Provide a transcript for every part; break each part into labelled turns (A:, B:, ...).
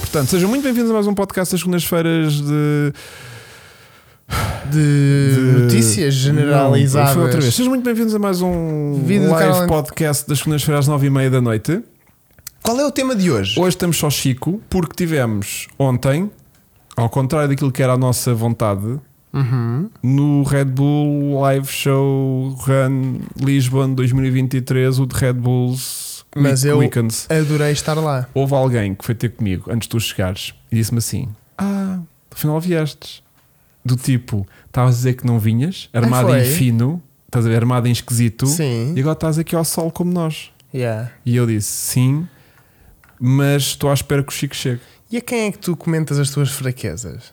A: Portanto, sejam muito bem-vindos a mais um podcast das segundas-feiras de.
B: De,
A: de-
B: notícias generalizadas.
A: Não, Foi outra vez. Sejam muito bem-vindos a mais um
B: Vida do
A: live
B: Caralho.
A: podcast das segundas-feiras às nove e meia da noite.
B: Qual é o tema de hoje?
A: Hoje estamos só Chico, porque tivemos ontem, ao contrário daquilo que era a nossa vontade,
B: Uhum.
A: no Red Bull Live Show Run Lisbon 2023, o de Red Bulls
B: Mas
A: Week-
B: eu-
A: Weekends.
B: Adorei estar lá.
A: Houve alguém que foi ter comigo antes de tu chegares e disse-me assim: Ah, afinal viestes. Do tipo, estavas a dizer que não vinhas, armado
B: Ah, foi?
A: em fino, estás a ver, armado em esquisito,
B: Sim.
A: e agora estás aqui ao sol como nós.
B: Yeah.
A: E eu disse: Sim, mas estou à espera que o Chico chegue.
B: E a quem é que tu comentas as tuas fraquezas?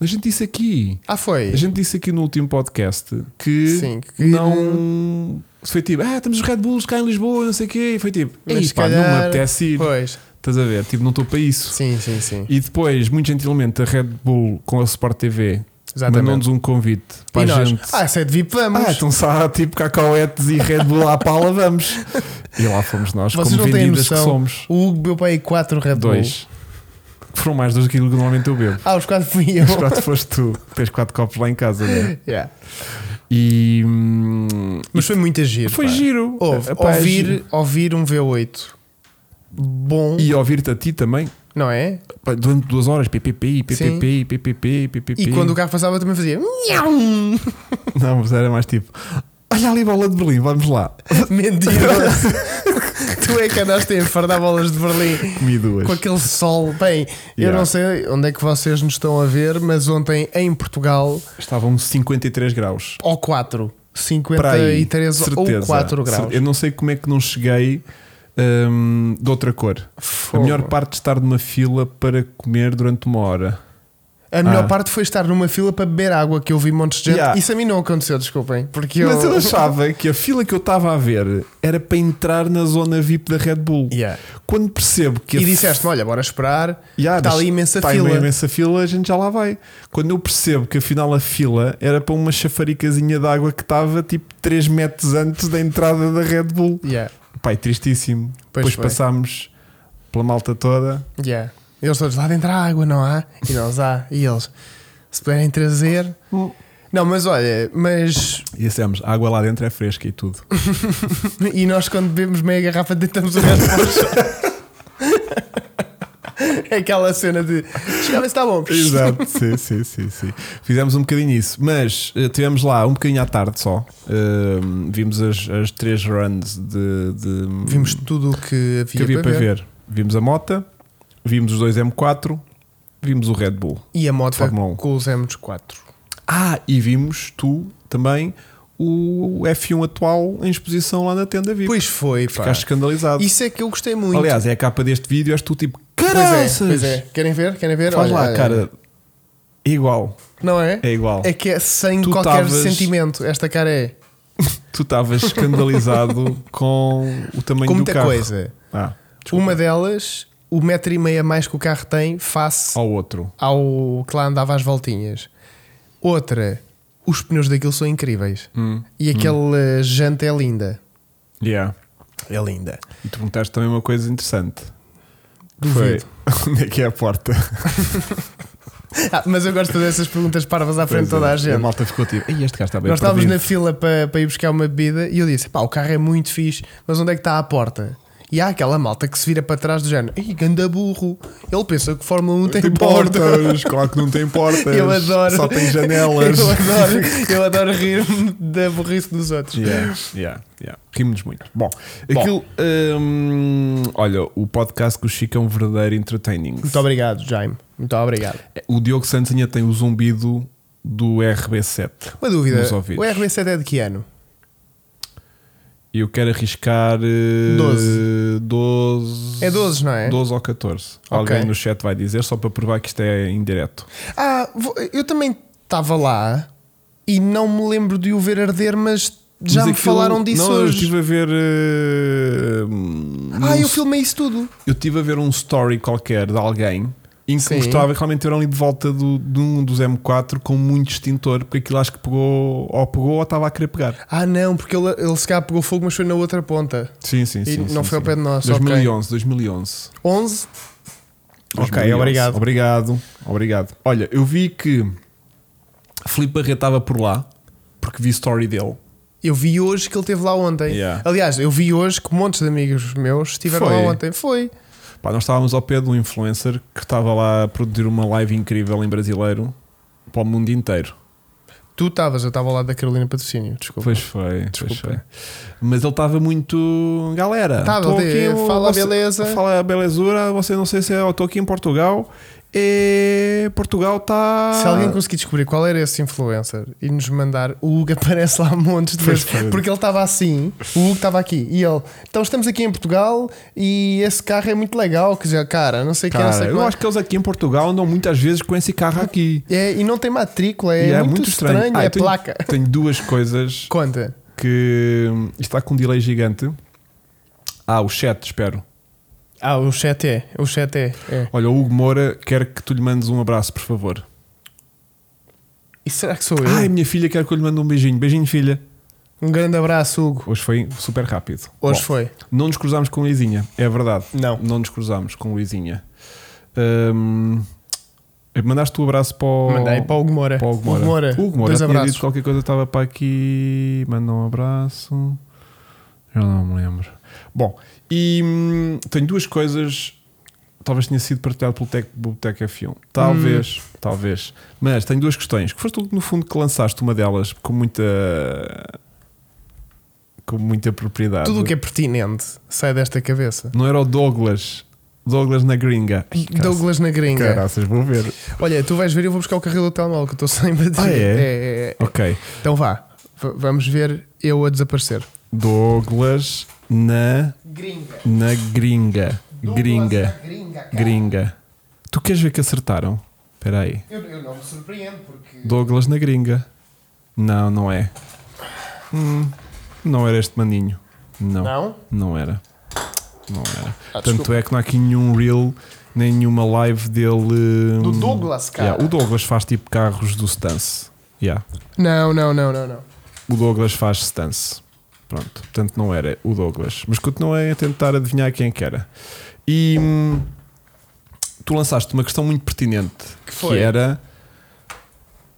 A: A gente disse aqui.
B: Ah, foi.
A: A gente disse aqui no último podcast que
B: Sim, que-
A: não. Foi tipo, ah, temos os Red Bulls cá em Lisboa, não sei o quê. E foi tipo,
B: Mas
A: "Ei,
B: se
A: pá, não me
B: calhar-
A: apetece ir.
B: Pois.
A: Estás a ver? Tipo, não estou para isso.
B: Sim, sim, sim.
A: E depois, muito gentilmente, a Red Bull com a Sport TV mandou-nos
B: Exatamente.
A: um convite para
B: e
A: a
B: nós?
A: gente.
B: Ah, sete VIP vamos.
A: Ah, então só há tipo cacauetes e Red Bull à pala, vamos. E lá fomos nós,
B: Vocês
A: como
B: não têm
A: vendidas que
B: noção.
A: somos.
B: O Hugo bebeu para aí quatro Red Bull.
A: Dois. Foram mais dois daquilo que normalmente eu bebo.
B: Ah, os quatro fui eu.
A: Os quatro foste tu. Tens quatro copos lá em casa, não é?
B: Yeah.
A: E. hum,
B: Mas foi muito
A: e
B: giro.
A: foi
B: pá.
A: giro.
B: Houve,
A: Epá, é
B: ouvir,
A: giro.
B: ouvir um V8 bom,
A: E ouvir-te a ti também.
B: não é?
A: Pá, Durante duas horas, PPP,
B: Sim.
A: PPP, PPP, PPP.
B: E quando o carro passava também fazia "Hum,
A: Não, mas era mais tipo. Olha ali a bola de Berlim, vamos lá.
B: mentiroso. tu é que andaste a fardar bolas de Berlim
A: Comi duas.
B: com aquele sol. Bem, eu
A: Yeah.
B: não sei onde é que vocês nos estão a ver, mas ontem em Portugal,
A: Estavam 53 graus.
B: ou 4,
A: Para aí,
B: 53 ou
A: certeza.
B: 4
A: Cer-
B: graus.
A: Eu não sei como é que não cheguei hum, de outra cor.
B: Fogo.
A: A melhor parte de estar numa fila para comer durante uma hora.
B: A melhor
A: Ah.
B: parte foi estar numa fila para beber água, que eu vi montes de gente.
A: Yeah.
B: Isso a mim não aconteceu, desculpem. Porque eu.
A: Mas eu achava que a fila que eu estava a ver era para entrar na zona VIP da Red Bull.
B: Yeah.
A: Quando percebo que a
B: E
A: fi-
B: disseste-me: olha, bora esperar.
A: Yeah,
B: está
A: mas
B: tá ali imensa
A: está
B: fila.
A: uma imensa fila, a gente já lá vai. Quando eu percebo que afinal a fila era para uma chafaricazinha de água que estava tipo 3 metros antes da entrada da Red Bull.
B: Yeah,
A: Pai, tristíssimo.
B: Pois
A: Depois
B: foi.
A: passámos pela malta toda.
B: yeah. Eles todos lá dentro há água, não há? E nós há. E eles, se puderem trazer. Não, mas olha, mas.
A: E dissemos, a água lá dentro é fresca e tudo.
B: E nós quando bebemos meia garrafa deitamos o resto para o chão. É Aquela cena de. Chegava está bom.
A: Exato, sim, sim, sim, sim. Fizemos um bocadinho isso, mas eh, tivemos lá um bocadinho à tarde só. Ehm, vimos as, as três runs de, de-
B: Vimos tudo o que havia,
A: que havia para ver. Vimos a Mota, vimos os dois M4, vimos o Red Bull.
B: E a moto
A: Fórmula 1.
B: com os M4.
A: Ah, e vimos tu também o F1 atual em exposição lá na tenda VIP.
B: Pois foi, pá.
A: Ficaste escandalizado.
B: Isso é que eu gostei muito.
A: Aliás, é a capa deste vídeo, és tu tipo,
B: pois é,
A: caraças!
B: pois é. Querem ver? Querem ver?
A: Faz
B: Olha,
A: lá,
B: olha.
A: cara. Igual,
B: Não é?
A: é igual.
B: É que é sem
A: Tu
B: qualquer
A: tavas-
B: sentimento. Esta cara é.
A: Tu estavas escandalizado com o tamanho
B: Com
A: do
B: muita
A: carro.
B: coisa.
A: Ah, desculpa.
B: Uma delas, o metro e meio a mais que o carro tem face
A: ao outro.
B: ao que lá andava às voltinhas. Outra, os pneus daquilo são incríveis.
A: Hum.
B: E aquela janta é linda.
A: Yeah.
B: É linda.
A: E tu perguntaste também uma coisa interessante. que
B: Duvido.
A: Foi onde é que é a porta?
B: Ah, mas eu gosto dessas perguntas parvas à frente de toda a
A: Pois é,
B: gente.
A: malta ficou tipo, "Ei, este carro está bem
B: Nós estávamos
A: perdido."
B: na fila para, para ir buscar uma bebida e eu disse: pá, o carro é muito fixe, mas onde é que está a porta? E há aquela malta que se vira para trás do género: ei, ganda burro. Ele pensa que Fórmula 1 tem,
A: Tem
B: porta.
A: portas, claro que não tem portas.
B: Eu adoro.
A: Só tem janelas.
B: Eu adoro, eu adoro rir-me da burrice dos outros.
A: Yeah, yeah, yeah. Rimos muito. Bom, aquilo. hum, olha, o podcast com o Chico é um verdadeiro entertaining.
B: Muito obrigado, Jaime. Muito obrigado.
A: O Diogo Santos ainda tem o zumbido do RB7.
B: Uma dúvida:
A: Nos
B: o
A: ouvidos.
B: RB7 é de que ano?
A: Eu quero arriscar.
B: 12.
A: 12. 12
B: É 12, não é?
A: 12 ou 14.
B: Ok.
A: Alguém no chat vai dizer, só para provar que isto é indireto.
B: Ah, vou- eu também estava lá e não me lembro de o ver arder, mas já
A: Mas
B: me
A: aquilo-
B: falaram disso
A: não, é tipo Eu
B: hoje.
A: estive a ver. eh, hum,
B: Ah,
A: num
B: eu filmei isso tudo.
A: eu tive a ver um story qualquer de alguém em que
B: Sim.
A: mostrava que realmente tiveram ali de volta do, de um dos M4 com muito extintor, porque aquilo acho que pegou ou pegou ou estava a querer pegar.
B: Ah, não, porque ele, ele se calhar pegou fogo, mas foi na outra ponta.
A: Sim, sim,
B: E
A: sim.
B: não
A: sim,
B: foi
A: sim.
B: ao pé de nós, ok.
A: 2011, 2011.
B: 11?
A: Os
B: Ok,
A: Brilhos.
B: obrigado.
A: Obrigado, obrigado. Olha, eu vi que Filipe Barreto estava por lá porque vi story dele.
B: Eu vi hoje que ele esteve lá ontem.
A: Yeah.
B: Aliás, eu vi hoje que montes de amigos meus estiveram
A: Foi.
B: lá ontem. Foi.
A: Pá, nós estávamos ao pé de um influencer que estava lá a produzir uma live incrível em brasileiro para o mundo inteiro.
B: Tu estavas, eu estava lá da Carolina Patrocínio, desculpa.
A: Pois foi, pois
B: Desculpa.
A: foi. Mas ele estava muito. Galera,
B: Tava,
A: tô
B: de-
A: eu-
B: fala a
A: você-
B: beleza."
A: Fala a belezura. Você não sei se é. Eu estou aqui em Portugal e Portugal tá está.
B: Se alguém conseguir descobrir qual era esse influencer e nos mandar, o Hugo aparece lá montes de
A: Pois
B: vezes.
A: foi.
B: Porque ele estava assim, o Hugo estava aqui e ele, então estamos aqui em Portugal e esse carro é muito legal, que já, cara, não sei o que, não
A: Cara,
B: sei
A: eu
B: como.
A: acho que eles aqui em Portugal andam muitas vezes com esse carro aqui.
B: É, e não tem matrícula, é,
A: E
B: muito, estranho,
A: Ah,
B: é
A: eu tenho-
B: placa.
A: Tenho duas coisas
B: Conta.
A: que. Isto está com um delay gigante. Ah, o chat, espero.
B: Ah, o chat é, o chat é. é.
A: Olha, o Hugo Moura quer que tu lhe mandes um abraço, por favor.
B: E será que sou eu?
A: Ai, minha filha quer que eu lhe mande um beijinho. Beijinho, filha.
B: Um grande abraço, Hugo.
A: Hoje foi super rápido.
B: Hoje
A: Bom,
B: foi.
A: Não nos cruzámos com Luizinha, é verdade.
B: Não.
A: Não nos cruzámos com Luizinha. Hum, mandaste o abraço para o.
B: Mandei para o Hugo Moura.
A: para o Hugo Moura.
B: É. Hugo Moura,
A: O Hugo Moura,
B: dois
A: já tinha
B: abraços.
A: dito qualquer coisa, estava para aqui. Manda um abraço. Eu não me lembro. Bom, e hum, tenho duas coisas. Talvez tenha sido partilhado pelo Tec, Boteco
B: Hum.
A: F1. Talvez, talvez. Mas tenho duas questões. Que foste tu, no fundo, que lançaste uma delas com muita. com muita propriedade.
B: Tudo o que é pertinente sai desta cabeça.
A: Não era o Douglas. Douglas na gringa. Ai, caraças-
B: Douglas na gringa.
A: Caraças, vou ver.
B: Olha, tu vais ver, eu vou buscar o carril do telemóvel que eu estou sem bateria.
A: Ah, é?
B: É, é, é.
A: Ok.
B: Então vá, V- vamos ver eu a desaparecer.
A: Douglas na
B: Gringa.
A: Na gringa. Gringa.
B: gringa,
A: Gringa. Tu queres ver que acertaram? Espera aí.
B: Eu, não me surpreendo porque.
A: Douglas na gringa. Não, não é. Hum, não era este maninho. Não.
B: Não?
A: Não era. Não era.
B: Ah,
A: Tanto
B: desculpa.
A: é que não há aqui nenhum reel, nem nenhuma live dele. hum,
B: Do Douglas, cara.
A: yeah, o Douglas faz tipo carros do Stance. Yeah.
B: Não, não, não, não, não.
A: O Douglas faz stance. Pronto, portanto não era o Douglas. Mas continuei a é tentar adivinhar quem que era. E hum, tu lançaste uma questão muito pertinente que,
B: foi?
A: era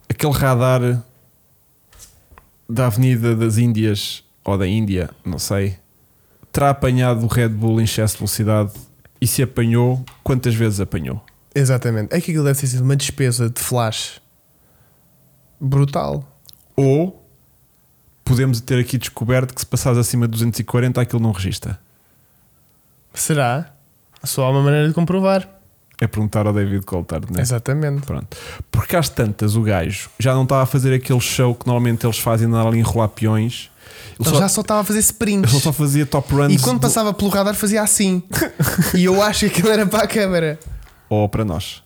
A: aquele radar da Avenida das Índias ou da Índia, não sei, terá apanhado o Red Bull em excesso de velocidade e se apanhou, quantas vezes apanhou?
B: Exatamente. É que aquilo deve ter sido uma despesa de flash brutal.
A: Ou podemos ter aqui descoberto que se passares acima de 240 aquilo não registra.
B: Será? Só há uma maneira de comprovar.
A: É perguntar ao David Coulthard, né?
B: Exatamente.
A: Pronto. Porque às tantas o gajo já não estava a fazer aquele show que normalmente eles fazem andar ali a enrolar peões. Ele
B: Ele
A: só,
B: Então já só estava a fazer sprints.
A: ele só fazia top runs
B: E quando tá-
A: do-
B: passava pelo radar fazia assim. e eu acho que aquilo era para a câmara.
A: ou para nós.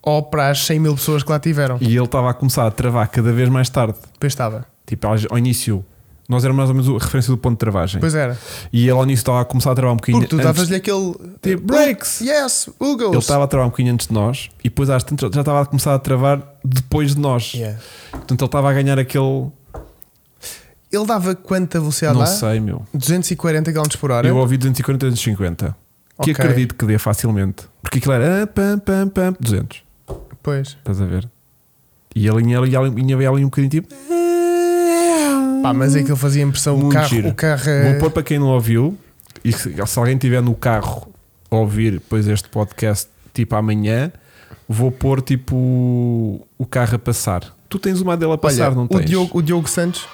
B: Ou para as 100 mil pessoas que lá tiveram.
A: E ele estava a começar a travar cada vez mais tarde.
B: Depois estava.
A: Tipo, ao, ao início, nós éramos mais ou menos a referência do ponto de travagem.
B: Pois era.
A: E ele ao início estava a começar a travar um bocadinho.
B: Porque tu
A: antes-
B: davas-lhe aquele.
A: Tipo, breaks.
B: Yes,
A: Ele
B: Hugo's.
A: estava a travar um bocadinho antes de nós e depois às tantas já estava a começar a travar depois de nós.
B: Yeah.
A: Portanto, ele estava a ganhar aquele.
B: Ele dava quanta velocidade
A: não
B: lá?
A: sei, meu.
B: 240 km por hora.
A: Eu ouvi 240, 250. Que
B: Ok.
A: acredito que dê facilmente. Porque aquilo era ah, pam, pam, pam, 200.
B: Pois.
A: Estás a ver? E a linha ali, a linha veio ali um bocadinho tipo.
B: Pá, mas é que ele fazia impressão. O
A: Muito
B: carro,
A: giro.
B: o carro.
A: Vou
B: é-
A: pôr para quem não ouviu. E se, se alguém estiver no carro a ouvir depois este podcast, tipo amanhã, vou pôr tipo o- o carro a passar. Tu tens uma dela a passar,
B: Olha,
A: não
B: o
A: tens?
B: Diogo, o Diogo Santos.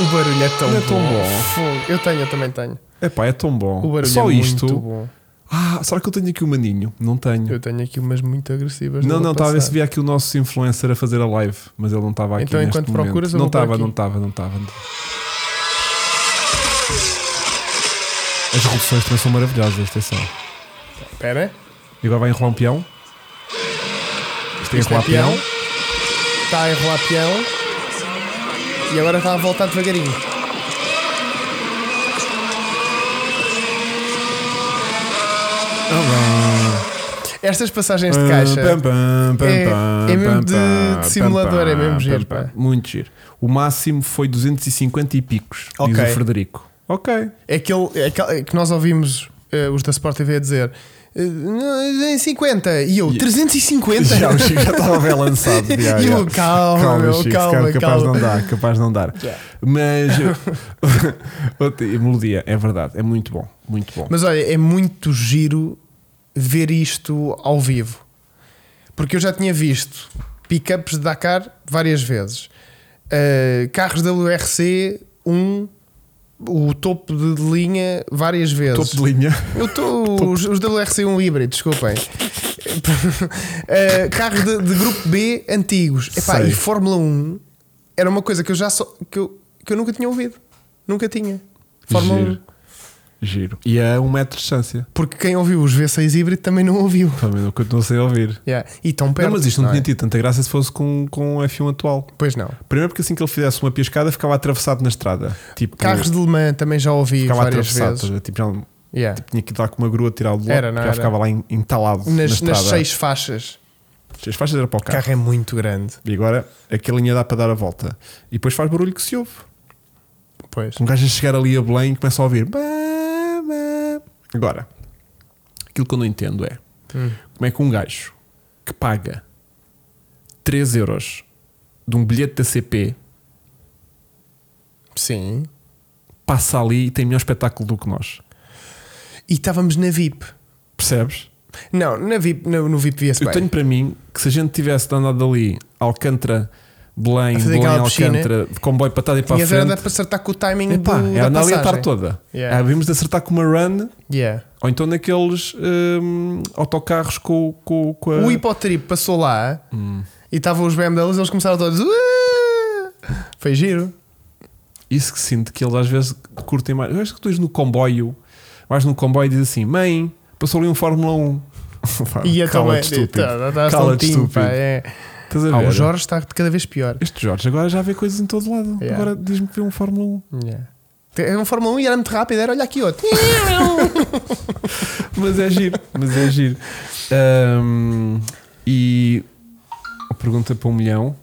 B: O barulho é tão
A: Não é
B: bom.
A: tão bom.
B: Fogo. Eu tenho, eu também tenho.
A: Epá, é tão bom.
B: O barulho
A: Só
B: é
A: isto.
B: muito bom.
A: Ah, será que eu tenho aqui o maninho? Não tenho.
B: Eu tenho aqui umas muito agressivas.
A: Não,
B: vou
A: não, estava a ver se
B: passar.
A: via aqui o nosso influencer a fazer a live, mas ele não estava aqui.
B: Então,
A: neste
B: enquanto
A: momento.
B: procuras, eu
A: não
B: vou pôr
A: estava,
B: aqui.
A: não estava, não estava. não estava. As revoluções também são maravilhosas, atenção.
B: Espera.
A: E agora vai enrolar um peão. Isto é
B: Isto é
A: enrolar
B: peão.
A: peão.
B: Está a enrolar peão. E agora está a voltar devagarinho. Estas passagens de caixa.
A: Ah, Pam, pam, pam,
B: É-
A: pam,
B: é mesmo
A: pam,
B: de-
A: pam,
B: de simulador,
A: pam,
B: é mesmo
A: pam,
B: giro,
A: pam.
B: pá.
A: Muito giro. O máximo foi 250 e picos, diz
B: Ok.
A: o Frederico. Ok.
B: É aquele, é aquele que nós ouvimos eh, os da Sport TV a dizer eh, "Não, em 50 e eu
A: E-
B: 350
A: Já o Chico já estava bem lançado. já,
B: e
A: já.
B: eu calma, meu,
A: Chico, se
B: calma,
A: calhar capaz de não
B: calma.
A: dar, capaz de não dar.
B: Já.
A: Mas outra- e melodia, é verdade, é muito bom, muito bom.
B: Mas olha, é muito giro ver isto ao vivo. Porque eu já tinha visto pickups de Dakar várias vezes. Uh, carros da WRC, um, o topo de linha várias vezes.
A: Topo de linha.
B: Eu estou. Os, os WRC1 híbrido, desculpem. Eh, carros de, de grupo B antigos. Epá,
A: Sei.
B: e Fórmula 1 era uma coisa que eu já só. que eu, que eu nunca tinha ouvido. Nunca tinha. Fórmula
A: Giro.
B: 1.
A: Giro. E a um metro de distância.
B: Porque quem ouviu os V6 híbrido também não ouviu.
A: Também é não continuo sem ouvir.
B: Yeah. E tão perto.
A: não, mas isto não, tinha
B: é?
A: tido tanta graça se fosse com, com o F1 atual.
B: Pois não.
A: Primeiro porque assim que ele fizesse uma piscada ficava atravessado na estrada. Tipo,
B: Carros de Le Mans também já ouvi
A: ficava
B: várias
A: atravessado.
B: vezes.
A: Tipo, já não-
B: Yeah.
A: tipo, tinha que dar com uma grua tirá-lo do
B: Era,
A: lado,
B: não
A: já
B: era?
A: ficava lá en- entalado na
B: Nas,
A: estrada.
B: nas seis faixas.
A: Seis faixas era para o
B: O
A: carro.
B: carro é muito grande.
A: E agora aquela linha dá para dar a volta. E depois faz barulho que se ouve.
B: Pois.
A: Um gajo a chegar ali a Belém e começa a ouvir. Bá, bá. Agora, aquilo que eu não entendo é
B: Hum.
A: como é que um gajo que paga 3 euros de um bilhete da CP
B: Sim.
A: passa ali e tem melhor espetáculo do que nós.
B: E estávamos na VIP.
A: Percebes?
B: Não, na VIP, no, no VIP via-se
A: Eu
B: bem.
A: tenho para mim que se a gente tivesse andado ali Alcântara, Belém,
B: A fazer
A: Belém,
B: aquela piscina.
A: Alcântara, de comboio para trás e para a
B: Tinhas era
A: frente,
B: para acertar com o timing
A: epá, é
B: do,
A: era
B: da
A: andar ali É a
B: passagem.
A: estar toda.
B: Yeah.
A: Havíamos de acertar com uma run
B: Yeah.
A: ou então naqueles hum, autocarros com, com, com a. Hum.
B: O hipotrip passou lá e estavam os BMWs eles começaram todos. "Ué!" Foi giro.
A: Isso que sinto que eles às vezes curtem mais. Eu acho que tu és no comboio, vais no comboio e diz assim: mãe, passou ali um Fórmula 1. Pá,
B: E eu também.
A: cala-te, estúpido.
B: Tá, tá, tá,
A: Cala-te,
B: tontinho,
A: estúpido.
B: pá, é.
A: Estás a
B: Ah, o
A: ver? né?
B: Jorge está cada vez pior.
A: Este Jorge agora já vê coisas em todo lado.
B: Yeah.
A: Agora diz-me que vê um Fórmula 1.
B: Yeah. Era um Fórmula 1 e era muito rápido, era olha aqui outro.
A: É Mas é giro, mas é giro. Ahm, e a pergunta para um milhão: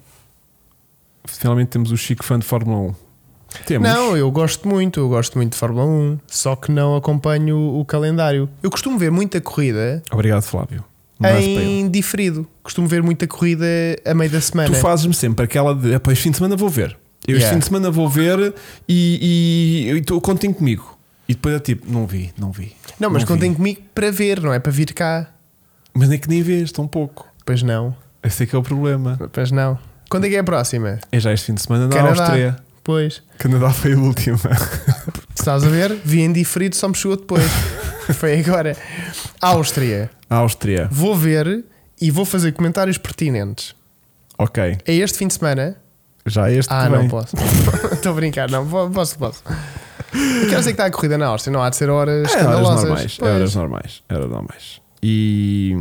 A: finalmente temos o Chico fã de Fórmula 1. Temos.
B: Não, eu gosto muito, eu gosto muito de Fórmula 1, só que não acompanho o calendário. Eu costumo ver muita corrida
A: Obrigado, Flávio. Um abraço para ele.
B: em diferido. Costumo ver muita corrida a meio da semana.
A: Tu fazes-me sempre aquela de "Epá, este fim de semana vou ver. Eu este
B: É, né? Yeah.
A: fim de semana vou ver e, e, e tu contem comigo. E depois é tipo, não vi, não vi.
B: Não, mas
A: vi."
B: contem comigo para ver, não é para vir cá.
A: Mas nem que nem vês, tão pouco.
B: Pois não,
A: Esse é que é o problema.
B: pois não. Quando é que é a próxima?
A: É já este fim de semana na
B: Canadá.
A: Áustria.
B: Pois.
A: Canadá foi a última.
B: Estás a ver? Vi em diferido, só me chegou depois. Foi agora. Áustria.
A: Áustria.
B: Vou ver e vou fazer comentários pertinentes.
A: Ok.
B: É este fim de semana?
A: Já este
B: Ah,
A: que
B: não
A: vem.
B: posso. Estou a brincar, não. po- Posso, posso. Eu quero dizer que está a corrida na Áustria, não há de ser horas
A: É, horas
B: escandalosas.
A: normais, é
B: Pois.
A: horas normais, é horas normais. E,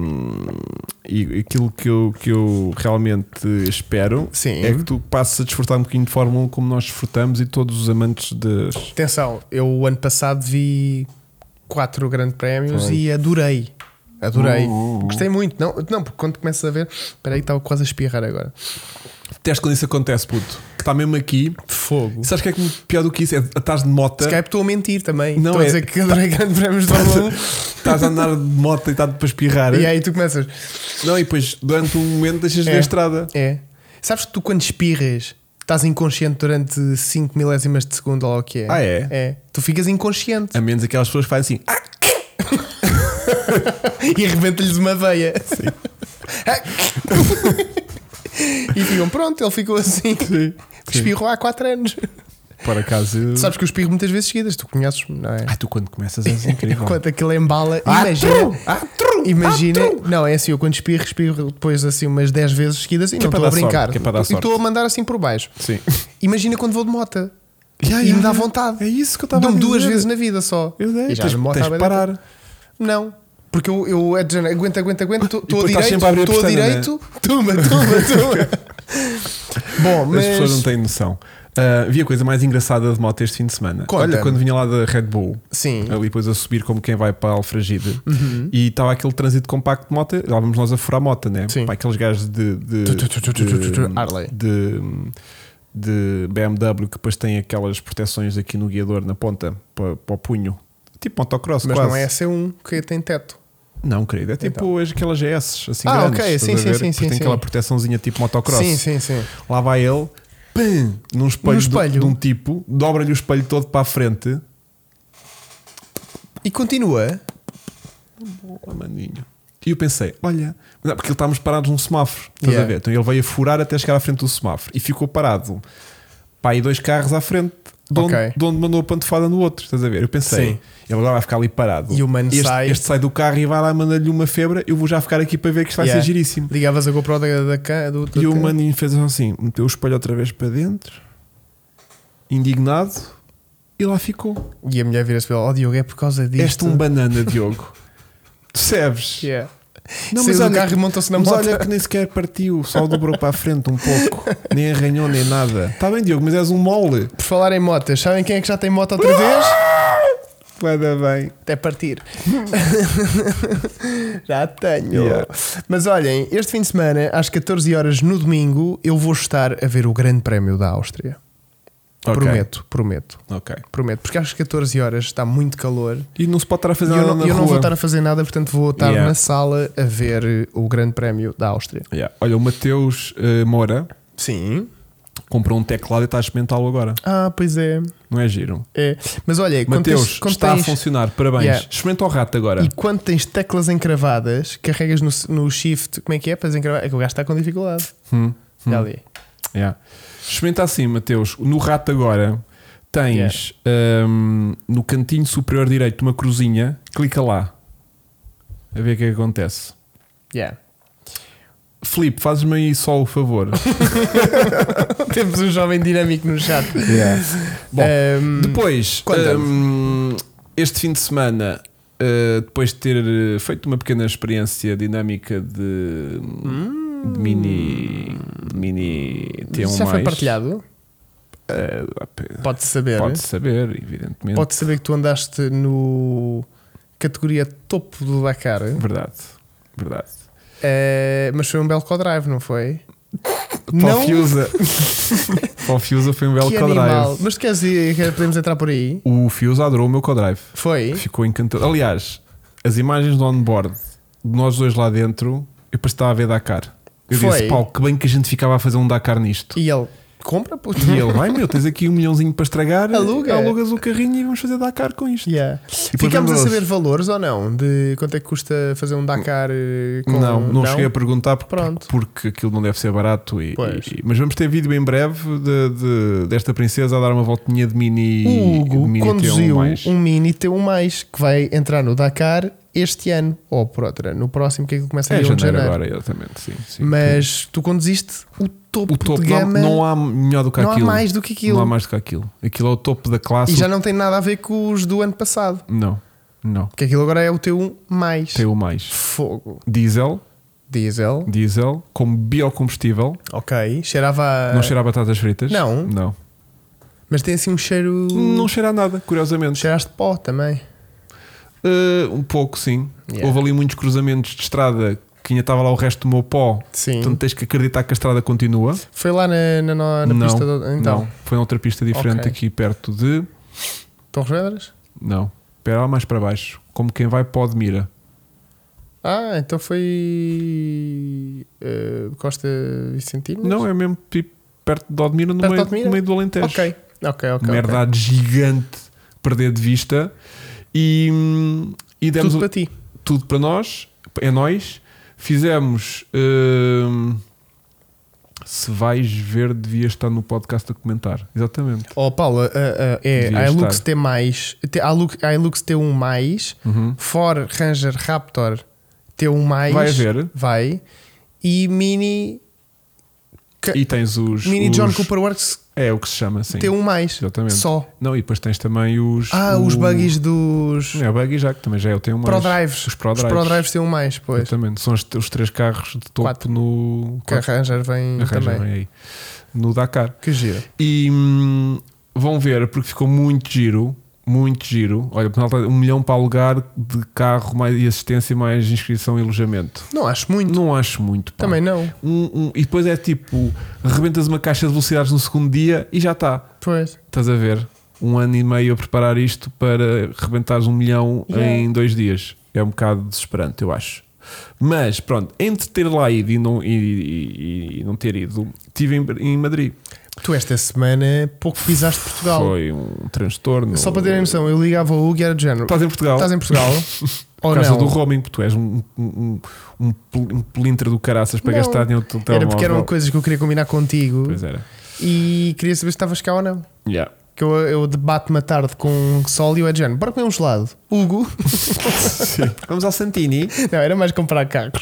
A: e aquilo que eu, que eu realmente espero
B: Sim.
A: é que tu passes a desfrutar um bocadinho de Fórmula 1 como nós desfrutamos e todos os amantes das.
B: Atenção, eu o ano passado vi quatro grandes prémios e adorei. Adorei.
A: Uh, uh, uh.
B: Gostei muito. Não, não, porque quando começas a ver. Espera aí, que estava quase a espirrar agora.
A: Teste quando isso acontece, puto. Que está mesmo aqui.
B: Fogo.
A: E sabes o que é que pior do que isso? É estás de moto.
B: Skype estou a mentir também.
A: Não,
B: estou a
A: é-
B: dizer que adorei grandes prémios de Fórmula
A: Estás a andar de moto e é- está para espirrar.
B: 1. E aí tu começas.
A: Não, e depois durante um momento deixas de ver
B: É.
A: a estrada.
B: É. Sabes que tu quando espirras estás inconsciente durante 5 milésimas de segundo ou lá o que é?
A: Ah, é?
B: É. Tu ficas inconsciente
A: A menos aquelas pessoas que fazem assim. "Ah!"
B: e arrebenta-lhes uma veia. e ficam, pronto, ele ficou assim. Espirrou há 4 anos.
A: Hum. Por acaso.
B: Tu sabes que eu espirro muitas vezes seguidas, tu conheces, não é?
A: Ah, tu quando começas és incrível.
B: Quando aquilo embala, imagina.
A: Ah, tru,
B: Imagina,
A: ah, tru.
B: não, é assim, eu quando espirro, espirro depois assim umas 10 vezes seguidas e
A: Que é
B: não
A: para
B: estou a
A: dar
B: brincar.
A: sorte, que é para dar
B: e estou a
A: sorte.
B: mandar assim por baixo.
A: Sim.
B: Imagina quando vou de moto.
A: Ya,
B: e
A: ya,
B: me dá
A: ya.
B: vontade.
A: É isso que eu estava a
B: Dou-me
A: dizer.
B: duas vezes na vida só.
A: Eu dei.
B: E
A: Tens,
B: de moto
A: tens
B: à
A: de
B: beira
A: parar.
B: Não. Porque eu, eu é de género, aguento, aguento, aguento,
A: E
B: estou a
A: depois estás
B: direito,
A: sempre a né? abrir a
B: estou a
A: pestana,
B: direito, tuma, tuma, tuma. Bom,
A: As pessoas não
B: mas.
A: têm noção. Ah, vi a coisa mais engraçada de moto este fim de semana.
B: Conta-me.
A: Olha, quando vinha lá da Red Bull,
B: Sim.
A: ali depois a subir como quem vai para Alfragide,
B: Uhum.
A: e estava aquele trânsito compacto de moto, lá vamos nós a furar a moto, né?
B: Sim.
A: Para aqueles gajos de. de,
B: Tu, tu, tu, tu, tu, tu, tu,
A: de-
B: Harley.
A: de- de BMW que depois tem aquelas proteções aqui no guiador na ponta para, para o punho, tipo motocross,
B: Mas
A: quase.
B: não é C1 que tem teto.
A: Não, querido, é tipo as aquelas GS assim
B: Então. Ah,
A: grandes.
B: ok,
A: estás
B: sim,
A: a ver?
B: sim, sim,
A: Depois
B: sim,
A: Tem
B: sim.
A: aquela proteçãozinha tipo motocross.
B: Sim, sim, sim.
A: Lá vai ele, pum, num espelho,
B: Num
A: de-
B: espelho.
A: de um tipo, dobra-lhe o espelho todo para a frente.
B: E continua.
A: Oh, maninho. E eu pensei, olha, não, porque ele estávamos parados num semáforo, estás
B: Yeah.
A: a ver? Então ele veio a furar até chegar à frente do semáforo e ficou parado. Pá, e dois carros à frente de onde,
B: Ok.
A: de onde mandou a pantofada no outro, estás a ver? Eu pensei,
B: Sim.
A: ele agora vai ficar ali parado.
B: E o mano
A: este,
B: sai.
A: Este sai do carro e vai lá mandar-lhe uma febra. Eu vou já ficar aqui para ver que isto vai
B: Yeah.
A: ser giríssimo.
B: Ligavas a GoPro da, da, ca- do, do
A: E o maninho fez assim, meteu o espelho outra vez para dentro, indignado, e lá ficou.
B: E a mulher vira-se para ele: Ó Diogo, é por causa disto. é.
A: Este um banana, Diogo. Tu sabes?
B: Yeah.
A: Não,
B: Saiu
A: mas
B: do
A: olha
B: carro e montou-se na
A: Mas
B: moto.
A: olha que nem sequer partiu, só dobrou para a frente um pouco, nem arranhou nem nada. Está bem, Diogo, mas és um mole.
B: Por falar em motas, sabem quem é que já tem moto outra vez?
A: Nada bem.
B: Até partir. Já tenho.
A: Yeah.
B: Mas olhem, este fim de semana, às 14 horas no domingo, eu vou estar a ver o Grande Prémio da Áustria.
A: Ok.
B: Prometo, prometo,
A: Ok.
B: prometo. Porque às 14 horas está muito calor.
A: E não se pode estar a
B: E
A: fazer
B: eu
A: nada
B: não,
A: na
B: eu
A: rua.
B: não vou estar a fazer nada, portanto vou estar
A: Yeah.
B: na sala a ver eh, o Grande Prémio da Áustria.
A: Yeah. Olha, o Mateus eh, Moura
B: Sim.
A: comprou um teclado e está a experimentá-lo agora.
B: Ah, pois é.
A: Não é giro.
B: é. Mas olha, quando
A: Mateus,
B: tens- quando
A: está a
B: tens-
A: funcionar, parabéns.
B: Yeah.
A: Experimenta o rato agora.
B: E quando tens teclas encravadas, carregas no, no shift, como é que é? Para desencravar? É que o gajo está com dificuldade.
A: Hum, hum.
B: Já li.
A: Yeah. Experimenta assim, Mateus. No rato agora tens ehm, no cantinho superior direito uma cruzinha, clica lá. A ver o que é que acontece.
B: Yeah.
A: Filipe, fazes-me aí só o favor.
B: Temos um jovem dinâmico no chat.
A: Bom,
B: Ahm,
A: depois,
B: Um, conta-me.
A: hum, este fim de semana, uh, depois de ter uh, feito uma pequena experiência dinâmica de, de mini. de mini T1.
B: Hum. isso já foi partilhado? É, Pode-se saber.
A: uh, Pode
B: Pode-se
A: saber, evidentemente.
B: saber que tu andaste no categoria topo do Dakar,
A: Verdade. Verdade.
B: eh, mas foi um belo co-drive, não foi?
A: Paul
B: Não?
A: Fiusa. Paul Fiusa foi um belo
B: que
A: co-drive.
B: animal. Mas tu queres ir, quer- podemos entrar por aí?
A: O Fiusa adorou o meu co-drive.
B: Foi?
A: Ficou encantado. Aliás, as imagens do onboard de nós dois lá dentro, eu parecia que estava a ver Dakar. Eu
B: Foi.
A: disse, Paulo, que bem que a gente ficava a fazer um Dakar nisto.
B: E ele compra, puto.
A: E ele, vai meu, tens aqui um milhãozinho para estragar,
B: Aluga.
A: alugas o carrinho e vamos fazer Dakar com isto.
B: Yeah.
A: E depois
B: Ficamos a
A: lembrou-se.
B: saber valores ou não? De quanto é que custa fazer um Dakar eh, com
A: Não, não, cheguei a perguntar porque,
B: Pronto.
A: porque aquilo não deve ser barato. E,
B: Pois.
A: e- mas vamos ter vídeo em breve de- de- desta princesa a dar uma voltinha de mini.
B: O
A: de
B: Hugo
A: mini T1
B: conduziu
A: mais.
B: um Mini T1 mais que vai entrar no Dakar este ano ou por outra, no próximo que é que começa
A: É
B: em 1
A: janeiro,
B: de janeiro.
A: agora, exatamente. Sim, sim.
B: Mas tu conduziste o topo,
A: o topo
B: de
A: não,
B: gama, não,
A: não há melhor do que
B: há
A: aquilo.
B: mais do que aquilo.
A: Não há mais do que aquilo. Aquilo é o topo da classe.
B: E já não tem nada a ver com os do ano passado,
A: Não, não.
B: porque aquilo agora é o T1 mais.
A: Tem o mais.
B: Fogo.
A: Diesel,
B: Diesel.
A: diesel, como biocombustível.
B: Ok. Cheirava a...
A: Não cheira a batatas fritas.
B: Ah. Não.
A: Não.
B: Mas tem assim um cheiro...
A: Não cheira a nada, curiosamente.
B: Cheiraste pó também.
A: Eh, um pouco, sim.
B: Yeah.
A: Houve ali muitos cruzamentos de estrada que ainda estava lá o resto do meu pó.
B: Sim.
A: Portanto, Então tens que acreditar que a estrada continua.
B: Foi lá na, na, na- na
A: não,
B: pista... Do...
A: não.
B: Então,
A: Foi outra pista diferente
B: Ok.
A: aqui perto de.
B: Torres Vedras?
A: Não. Espera lá mais para baixo. Como quem vai para o Admira.
B: Ah, então foi eh, Costa Vicentino?
A: Não, é mesmo tipo perto de Odmira, no,
B: Perto de
A: meio,
B: Odmira?
A: no meio do Alentejo.
B: Ok, ok, ok.
A: Uma
B: ok.
A: herdade gigante perder de vista. E, hum, e demos
B: Tudo
A: o-
B: para ti.
A: tudo para nós, é nós. Fizemos. hum, se vais ver, devia estar no podcast a comentar. Exatamente.
B: Oh, Paulo, a- a- é
A: Devia
B: a Hilux
A: estar.
B: T, mais, T- a Hilux- a Hilux T1, mais,
A: Uhum.
B: Ford Ranger Raptor T1, mais,
A: Vai haver.
B: vai, e Mini, Que-
A: E tens os.
B: mini
A: os-
B: John Cooper Works
A: É o que se chama, sim.
B: T1, mais,
A: Exatamente.
B: só.
A: Não, e depois tens também os.
B: Ah, os
A: o-
B: buggies dos
A: É, o buggy já, que também já é o teu mais.
B: Pro Drives.
A: Os Pro
B: Os
A: Drives.
B: Pro Drives T1, mais, pois.
A: Exatamente. São os, os três carros de topo
B: Quatro.
A: no.
B: Que a Ranger vem
A: Arranja
B: também.
A: bem aí. No Dakar.
B: Que giro.
A: E hum, vão ver, porque ficou muito giro. muito giro. Olha, penalti, um milhão para alugar de carro mais, e assistência, mais inscrição e alojamento.
B: Não acho muito.
A: Não acho muito. pá.
B: Também não.
A: Um- um- e depois é tipo, arrebentas uma caixa de velocidades no segundo dia e já está.
B: Pois.
A: Estás a ver? Um ano e meio a preparar isto para arrebentares um milhão
B: Yeah.
A: em dois dias. É um bocado desesperante, eu acho. Mas pronto, entre ter lá ido e não, e- e- e não ter ido, estive em, em Madrid.
B: Tu esta semana pouco pisaste Portugal.
A: Foi um transtorno.
B: Só para terem noção, eu ligava ao Hugo e era de género.
A: Estás em Portugal.
B: Estás em Portugal?
A: Por
B: ou
A: causa
B: não?
A: do roaming, porque tu és um, um, um, um pelintra do caraças para
B: Não.
A: gastar dinheiro do teu
B: Era um porque
A: telemóvel.
B: eram coisas que eu queria combinar contigo
A: Então, Pois é. era.
B: e queria saber se estavas cá ou não.
A: Yeah.
B: Que eu, eu debato-me à tarde com um sol e o Edjano. Bora comer um gelado. Hugo.
A: Vamos ao Santini.
B: Não, era mais comprar carros.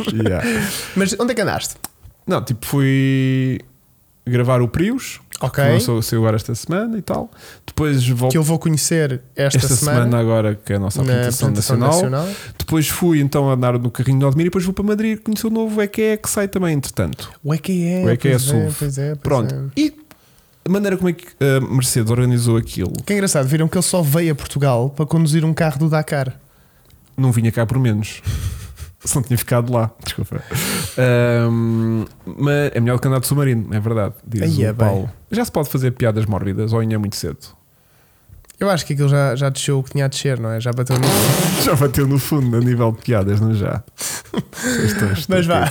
B: Mas onde é que andaste?
A: Não, tipo, fui gravar o Prius,
B: Ok.
A: que lançou o seu agora esta semana e tal. Depois
B: Que
A: voltei
B: eu vou conhecer esta,
A: esta, semana, agora, que é a nossa
B: na
A: apresentação,
B: apresentação
A: nacional.
B: nacional.
A: Depois fui então andar no carrinho de Odmir e depois vou para Madrid conhecer o novo EQE que sai também, entretanto.
B: O é que é?
A: O é que é,
B: pois
A: SUV.
B: pois é, pois
A: Pronto.
B: é.
A: E a maneira como é que a Mercedes organizou aquilo,
B: Que é engraçado, viram que ele só veio a Portugal para conduzir um carro do Dakar.
A: não vinha cá por menos. Se não tinha ficado lá, desculpa. Ahm, mas é melhor do que andar de submarino, é verdade. Diz
B: Aí é
A: o
B: bem.
A: Paulo. Já se pode fazer piadas mórbidas ou ainda é muito cedo?
B: Eu acho que aquilo já, já desceu o que tinha a descer, não é? Já bateu no.
A: Já bateu no fundo a nível de piadas, não já? Vocês estão
B: Mas
A: estúpidos.
B: vá.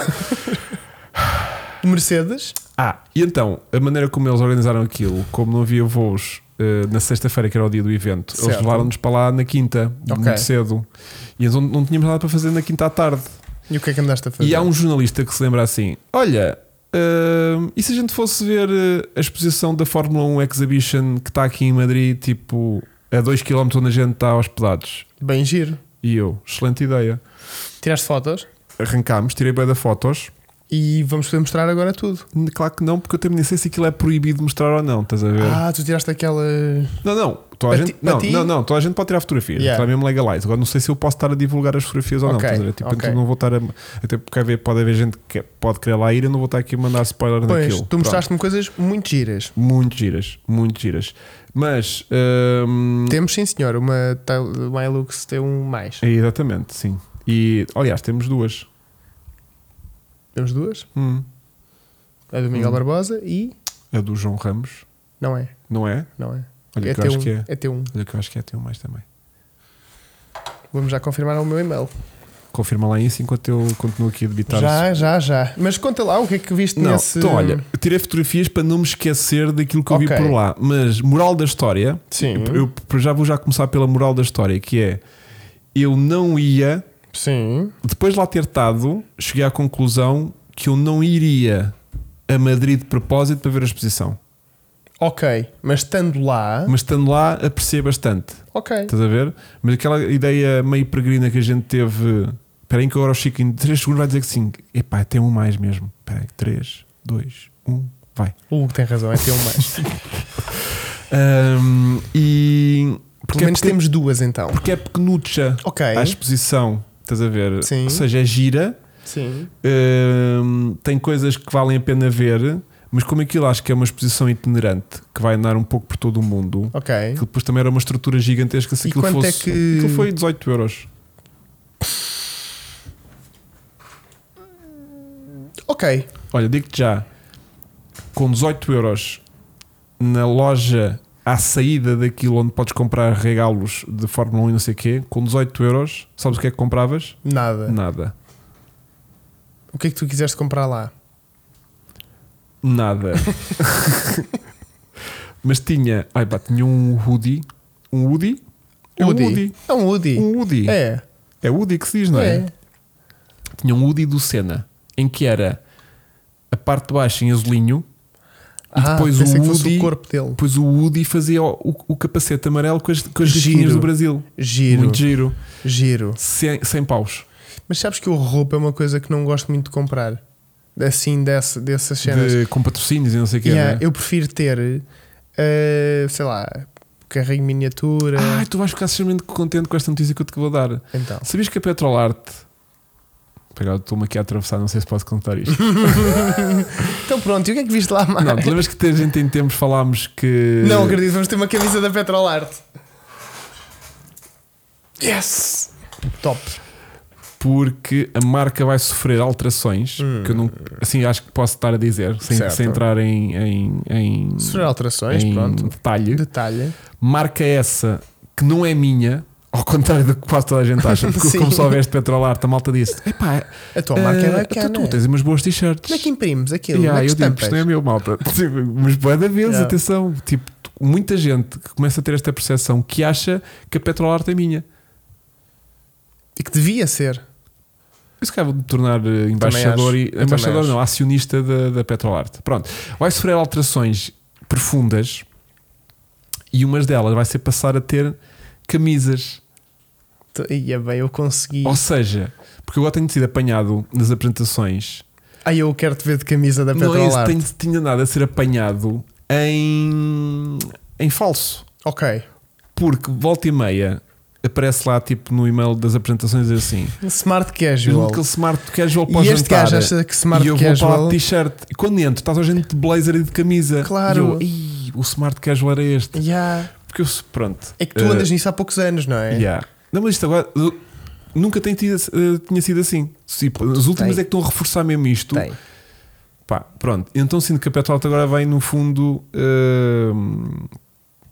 B: Mercedes.
A: Ah, e então, a maneira como eles organizaram aquilo, como não havia voos eh, na sexta-feira, que era o dia do evento, eles
B: Certo.
A: levaram-nos para lá na quinta,
B: Ok.
A: muito cedo. E então não tínhamos nada para fazer na quinta à tarde.
B: E o que é que andaste a fazer?
A: E há um jornalista que se lembra assim: Olha, hum, e se a gente fosse ver eh, a exposição da Fórmula 1 Exhibition que está aqui em Madrid, tipo a 2km onde a gente está hospedados?
B: Bem giro.
A: E eu, excelente ideia.
B: Tiraste fotos
A: Arrancámos, tirei bem da fotos.
B: e vamos poder mostrar agora tudo.
A: Claro que não, porque eu também nem sei se aquilo é proibido mostrar ou não, estás a ver?
B: Ah, tu tiraste aquela.
A: Não, não, toda a
B: Para
A: gente,
B: ti- para
A: não,
B: ti?
A: não, não, toda a gente pode tirar fotografias,
B: Yeah.
A: está mesmo legalized. Agora não sei se eu posso estar a divulgar as fotografias ou não,
B: Ok,
A: estás a ver? Tipo,
B: ok.
A: eu não vou estar a, até porque haver- pode haver gente que pode querer lá ir, eu não vou estar aqui a mandar spoiler
B: Pois,
A: naquilo.
B: tu
A: Pronto.
B: mostraste-me coisas muito giras.
A: Muito giras, muito giras. Mas. hum,
B: Temos, sim, senhor, uma Tel- uma Hilux T1 mais.
A: é, Exatamente, sim. E, aliás, temos duas.
B: Temos duas.
A: Hum,
B: A do Miguel
A: Hum.
B: Barbosa e.
A: a do João Ramos,
B: Não é,
A: não é?
B: não é.
A: Olha,
B: é
A: que eu acho
B: T1.
A: que é.
B: é T1.
A: Olha, que eu acho que é, tem um mais também.
B: Vamos já confirmar ao meu e-mail.
A: Confirma lá isso enquanto eu continuo aqui a debitar.
B: Já, é já, já. Mas conta lá o que é que viste
A: Não,
B: nesse.
A: então olha, eu tirei fotografias para não me esquecer daquilo que eu
B: Ok.
A: vi por lá. Mas, moral da história,
B: Sim.
A: eu, eu para já vou já começar pela moral da história, que é eu não ia,
B: Sim.
A: depois de lá ter estado, cheguei à conclusão que eu não iria a Madrid de propósito para ver a exposição.
B: Ok, mas estando lá.
A: mas estando lá apreciei bastante,
B: Ok.
A: estás a ver? Mas aquela ideia meio peregrina que a gente teve, espera aí que agora o Chico em 3 segundos vai dizer que sim, epá, tem um mais mesmo, espera aí, um. 3, 2, 1, vai.
B: O Hugo tem razão, é T1 mais.
A: Ahm, e porque
B: Pelo menos
A: é, pequen-
B: temos duas então.
A: porque é pequenucha
B: Ok.
A: a exposição, estás a ver?
B: Sim.
A: Ou seja, é gira,
B: Sim.
A: ahm, tem coisas que valem a pena ver, mas como aquilo acho que é uma exposição itinerante que vai andar um pouco por todo o mundo,
B: Ok.
A: Aquilo depois também era uma estrutura gigantesca. Se
B: E
A: aquilo
B: quanto é
A: fosse.
B: que-
A: Aquilo foi 18 euros.
B: Ok.
A: Olha, digo-te já, com 18 euros na loja à saída daquilo onde podes comprar regalos de Fórmula 1 e não sei o quê, com 18 euros, sabes o que é que compravas?
B: Nada.
A: Nada.
B: O que é que tu quiseste comprar lá?
A: Nada. Mas tinha, ai pá, tinha um hoodie. Um hoodie? É um hoodie.
B: É um Woody.
A: Um hoodie. É,
B: É.
A: hoodie que se diz, não é?
B: É.
A: tinha um Woody do Senna em que era a parte de baixo em azulinho e
B: Ah,
A: depois
B: pensei
A: o
B: que fosse
A: Woody
B: o corpo dele.
A: depois o Woody fazia o, o- o capacete amarelo com as, com as
B: Giro.
A: risquinhas do Brasil
B: Giro.
A: muito giro
B: Giro.
A: sem, sem paus
B: Mas sabes que o roupa é uma coisa que não gosto muito de comprar. Assim, desse, dessas cenas.
A: de, com patrocínios e não é? sei o que
B: Yeah, Eu prefiro ter, eh, sei lá, carrinho miniatura.
A: Ai, Ah, tu vais ficar extremamente contente com esta notícia que eu te vou dar
B: Então.
A: sabias que a Petrolarte Pera, eu estou-me aqui a atravessar, não sei se posso contar isto.
B: então pronto, e o que é que viste lá mais?
A: Não, te lembras que a gente em tempos falámos que.
B: Não acredito, vamos ter uma camisa da Petrolarte.
A: Yes!
B: Top.
A: porque a marca vai sofrer alterações que eu não, assim acho que posso estar a dizer sem,
B: Hum. Certo.
A: sem entrar em, em, em,
B: Sofrer alterações,
A: em
B: pronto.
A: detalhe.
B: Detalhe.
A: Marca essa que não é minha, ao contrário do que quase toda a gente acha, porque
B: Sim.
A: como só veste Petrolar, a malta disse: epá,
B: A tua marca é
A: eh,
B: bacana.
A: Tu tens umas boas t-shirts.
B: Como é que imprimes aquilo?
A: Yeah,
B: Como é
A: eu
B: que
A: digo que isto não é
B: estampas?
A: meu, malta. Tipo, Mas boa da vez,
B: Yeah.
A: atenção. Tipo, tu- muita gente que começa a ter esta percepção que acha que a Petrolarte é minha.
B: E que devia ser.
A: Isso cá vou-me tornar eh, embaixador
B: acho.
A: e
B: Eu também
A: embaixador
B: acho.
A: não, acionista da, da Petrolarte. Pronto. Vai sofrer alterações profundas e umas delas vai ser passar a ter camisas.
B: Tu- Ia é bem, eu consegui.
A: Ou seja, porque eu agora tenho sido apanhado nas apresentações.
B: Ai, eu quero te ver de camisa da
A: não é isso,
B: Petrolart.
A: tenho, tinha nada a ser apanhado em, em falso.
B: Ok.
A: Porque volta e meia aparece lá tipo no e-mail das apresentações assim.
B: Smart
A: Juro
B: casual.
A: que smart casual para o
B: E este
A: jantar.
B: gajo acha que smart
A: e eu vou para lá
B: casual.
A: de t-shirt. E quando entro, estás a gente de blazer e de camisa. E
B: Claro.
A: eu, "Ih, o smart casual era este.
B: Yeah.
A: Porque eu, se- pronto.
B: É que tu
A: Eh,
B: andas nisso há poucos anos, não é?
A: yeah. Não, mas isto agora. eu Nunca tem tido, eh, tinha sido assim. Tipo, os últimos
B: Tem.
A: é que estão a reforçar mesmo isto.
B: Tem.
A: Pá, pronto. Então sinto que a Petrolta agora vem, no fundo, eh,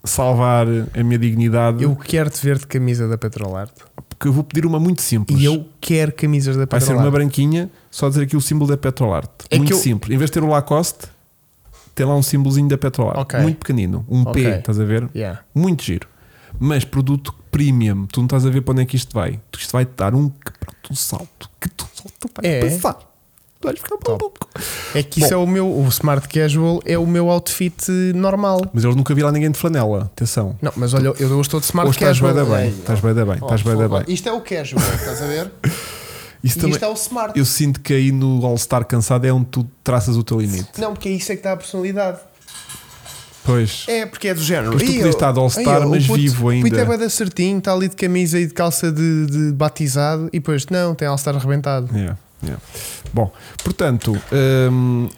A: salvar a minha dignidade.
B: Eu quero te ver de camisa da Petrolart.
A: Porque eu vou pedir uma muito simples.
B: E eu quero camisas da
A: Vai ser
B: Petrolart.
A: uma branquinha, só dizer aqui o símbolo da Petrolarte.
B: É que
A: Muito
B: eu-
A: simples. Em vez de ter o Lacoste, tem lá um símbolozinho da Petrolarte.
B: Ok.
A: Muito pequenino. Um
B: Ok.
A: P, estás a ver?
B: Yeah.
A: Muito giro. Mas produto premium, tu não estás a ver para onde é que isto vai. Tu- Isto vai te dar um, que- pronto, um salto que tu só tu vais
B: É.
A: pensar. Tu vais ficar
B: Top.
A: maluco.
B: É que isso
A: Bom.
B: é o meu. O smart casual é o meu outfit eh, normal.
A: Mas eles nunca vi lá ninguém de flanela. Atenção.
B: Não, mas olha, eu hoje estou de smart
A: Hoje estás
B: casual.
A: bem da bem.
B: Ei,
A: Estás bem da bem.
B: ó,
A: Estás bem da
B: ó,
A: bem.
B: Isto é o casual, estás a ver?
A: Isso
B: E
A: também-
B: isto é o smart.
A: Eu sinto que aí no All-Star cansado é onde tu traças o teu limite.
B: Não, porque é isso é que dá a personalidade.
A: Pois.
B: É, porque é do género.
A: Mas tu
B: Ih,
A: podias
B: eu-
A: estar de All-Star,
B: ei, eu,
A: mas
B: o puto-
A: vivo
B: O
A: ainda.
B: puto é bué da certinho, está ali de camisa e de calça de, de batizado e depois, não, tem All-Star arrebentado.
A: Yeah, yeah. Bom, portanto, hum,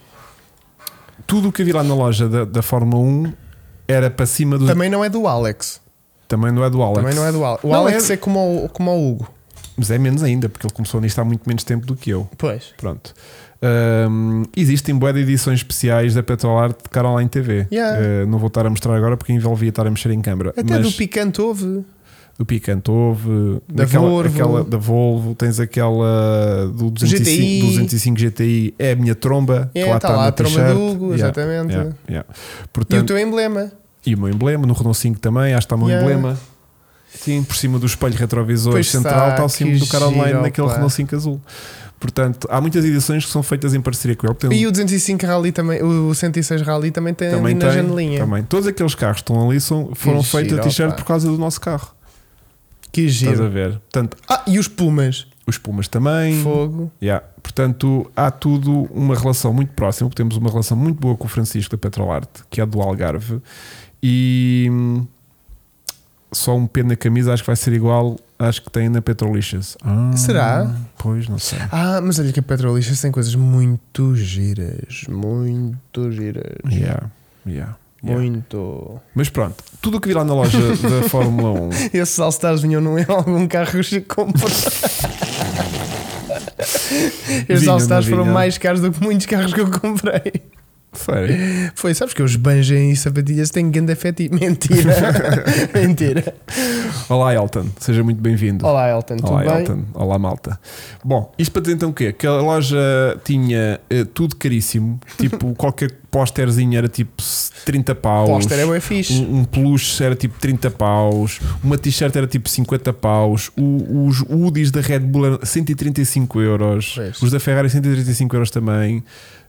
A: tudo o que havia lá na loja da, da Fórmula 1 era para cima do. Também,
B: Também não é do Alex.
A: não é do Alex.
B: Também não é do Alex. O
A: Não,
B: Alex
A: é-
B: é, como, o, como o Hugo.
A: Mas é menos ainda, porque ele começou nisto há muito menos tempo do que eu.
B: Pois.
A: Pronto. Hum, existem boé de edições especiais da Petrolart de Caroline TV.
B: Yeah.
A: Eh, não vou estar a mostrar agora porque envolvia estar a mexer em câmara.
B: Até
A: mas
B: do picante houve.
A: do Picante houve,
B: Da
A: daquela-
B: Volvo.
A: aquela da Volvo, tens aquela do 205
B: GTI.
A: do 205 GTI, é a minha tromba,
B: É,
A: que lá
B: tá
A: está
B: lá
A: na
B: a tromba
A: t-shirt.
B: do Hugo, exatamente.
A: yeah, yeah.
B: E o
A: Portanto,
B: teu emblema.
A: e o meu emblema, no Renault 5 também, acho que está o meu
B: Yeah.
A: emblema. Sim, por cima do espelho retrovisor
B: Pois
A: central está
B: está,
A: o símbolo
B: que
A: do Caroline
B: giro,
A: naquele
B: pá.
A: Renault 5 azul. Portanto, há muitas edições que são feitas em parceria com ele. Tem um-
B: E o 205 Rally também, o 106 Rally também tem
A: também
B: ali na
A: tem,
B: janelinha.
A: também. Todos aqueles carros que estão ali são, foram feitos a
B: giro,
A: t-shirt
B: pá.
A: por causa do nosso carro.
B: Que
A: Estás a
B: giro.
A: ver? Portanto,
B: Ah, e os Pumas.
A: os Pumas também.
B: Fogo.
A: Yeah. Portanto, há tudo uma relação muito próxima, porque temos uma relação muito boa com o Francisco da Petrolarte, que é do Algarve, e hum, só um P na camisa acho que vai ser igual às que tem na Petrolixas. Ah,
B: Será?
A: Pois, não sei.
B: Ah, mas olha que a Petrolixas tem coisas muito giras. Muito giras.
A: Yeah, yeah, yeah.
B: Muito.
A: Mas pronto, tudo o que vi lá na loja da Fórmula 1
B: Esses All-Stars vinham num- em algum carro que se compra. Esses
A: Vinham,
B: All-Stars
A: não
B: foram
A: vinham?
B: mais caros do que muitos carros que eu comprei.
A: Sério?
B: Foi, sabes que eu esbanjei em sapatilhas, tenho grande afeto e. Mentira! Mentira!
A: Olá, Elton, seja muito bem-vindo.
B: Olá, Elton, tudo
A: Olá,
B: bem?
A: Elton. Olá, malta. Bom, isto para dizer então o quê? Que a loja tinha eh, tudo caríssimo. Tipo, qualquer pósterzinho era tipo 30 paus.
B: Póster é bem fixe.
A: um, um peluche era tipo 30 paus. Uma t-shirt era tipo 50 paus. O- os Udis da Red Bull eram 135 euros.
B: Pois.
A: Os da Ferrari 135 euros também.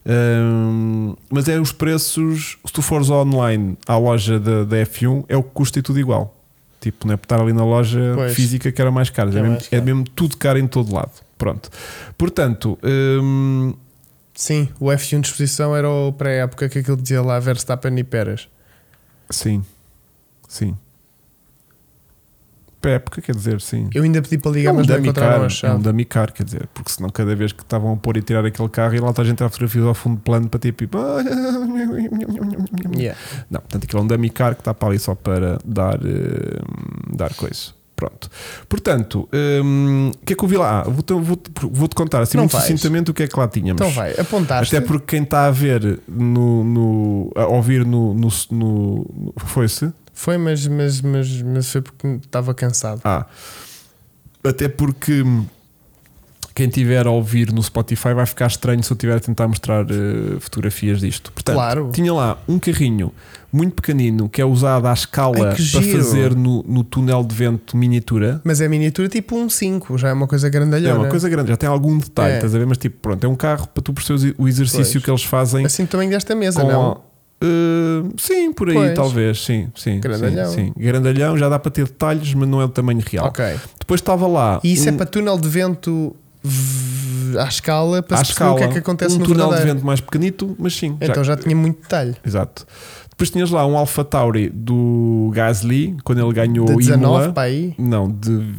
A: Hum, mas é os preços. Se tu fores online à loja da, da F1, é o que custa e tudo igual. Tipo, não é por estar ali na loja
B: Pois.
A: física que era mais caro. É,
B: É
A: mesmo,
B: mais
A: é
B: caro.
A: mesmo tudo caro em todo lado. Pronto. Portanto, hum,
B: Sim, o F1 de exposição era o pré-época que aquilo dizia lá Verstappen e Peras.
A: sim. Sim. Para a época, quer dizer, sim.
B: Eu ainda pedi para
A: É
B: ligar,
A: um
B: mas não
A: dummy car,
B: encontraram a
A: é um
B: chave.
A: dummy car, quer dizer, porque senão cada vez que estavam a pôr e tirar aquele carro e lá está a gente a fotografias ao fundo de plano para ter tipo.
B: Yeah.
A: Não, portanto aquilo é um dummy car que está para ali só para dar, eh, dar coisa. Pronto. Portanto, hum, o que é que eu vi lá? Ah, Vou-te vou, vou -te contar assim
B: Não
A: muito
B: vais.
A: sucintamente o que é que lá tínhamos.
B: Então vai, apontaste.
A: Até porque quem está a ver no, no- a ouvir no, no, no- no- foi-se.
B: Foi, mas, mas, mas, mas foi porque estava cansado.
A: Ah. Até porque hum, quem tiver a ouvir no Spotify vai ficar estranho se eu estiver a tentar mostrar eh, fotografias disto. Portanto,
B: claro.
A: tinha lá um carrinho muito pequenino que é usado à escala
B: Ai, que
A: para
B: giro.
A: fazer no, no túnel de vento miniatura.
B: Mas é miniatura tipo um 5, já é uma coisa grandalhona.
A: É uma coisa grande, já tem algum detalhe,
B: É.
A: estás a ver? Mas tipo, pronto, é um carro para tu perceberes o exercício
B: Pois.
A: que eles fazem
B: Assim também desta mesa,
A: com
B: não?
A: a- Uh, sim, por aí
B: Pois.
A: talvez, sim, sim.
B: Grandalhão.
A: Sim, sim. Grandalhão já dá para ter detalhes, mas não é do tamanho real.
B: Ok.
A: Depois estava lá.
B: E isso é
A: um-
B: para túnel de vento v- à escala para
A: à
B: se perceber
A: escala,
B: o que é que acontece
A: um
B: no
A: túnel de
B: verdadeiro.
A: vento mais pequenito, mas sim.
B: Então já tinha muito detalhe.
A: Exato. Depois tinhas lá um Alpha Tauri do Gasly, quando ele ganhou
B: De 19
A: Imola.
B: para aí,
A: Não, de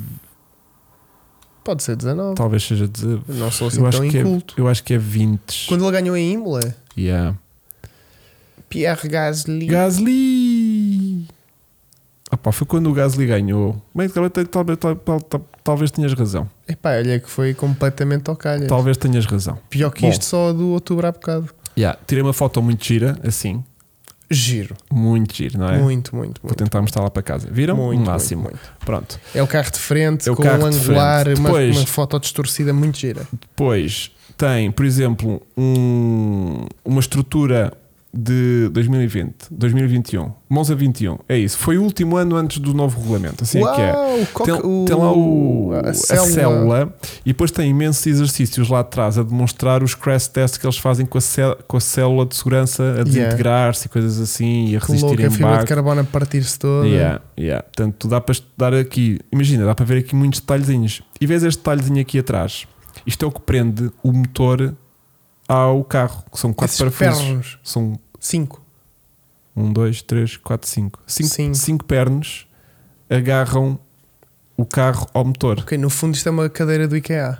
B: pode ser 19.
A: talvez seja de
B: Não sou assim
A: Então, eu acho,
B: tão
A: que é,
B: inculto.
A: eu acho que é 20.
B: Quando ele ganhou em Imola,
A: Yeah.
B: Pierre Gasly.
A: Gasly! Opa, foi quando o Gasly ganhou. Bem, talvez, talvez, talvez, talvez tenhas razão.
B: Epá, olha que foi completamente ao calhas.
A: Talvez tenhas razão.
B: Pior que
A: Bom.
B: isto só do outubro há bocado.
A: Yeah, tirei uma foto muito gira, assim.
B: Giro.
A: Muito gira, não é?
B: Muito, muito,
A: Vou
B: muito.
A: tentar mostrar lá para casa. Viram?
B: Muito,
A: o máximo.
B: muito, muito.
A: Pronto.
B: É o carro de frente,
A: É o
B: com
A: carro
B: um
A: de
B: angular,
A: frente.
B: uma,
A: Depois-
B: uma foto distorcida muito gira.
A: Depois tem, por exemplo, um- uma estrutura de 2020, 2021, Monza 21. É isso. Foi o último ano antes do novo regulamento. Assim é que é.
B: Uau, o coque-
A: Tem,
B: o-
A: tem lá o,
B: a
A: a,
B: célula.
A: célula. e depois tem imensos exercícios lá atrás a demonstrar os crash tests que eles fazem com a, cé- com a célula de segurança a desintegrar-se e coisas assim e a
B: Que louco,
A: resistir
B: a
A: em
B: fibra de
A: barco.
B: carbono a partir-se toda.
A: Yeah, yeah. Portanto, tu dá para estudar aqui. Imagina, dá para ver aqui muitos detalhezinhos. E vês este detalhezinho aqui atrás. Isto é o que prende o motor ao carro, que são quatro
B: Esses
A: parafusos.
B: pernos.
A: São
B: Cinco.
A: um, dois, três, quatro, cinco. Cinco,
B: Cinco.
A: cinco. pernas agarram o carro ao motor.
B: Ok, no fundo isto é uma cadeira do IKEA.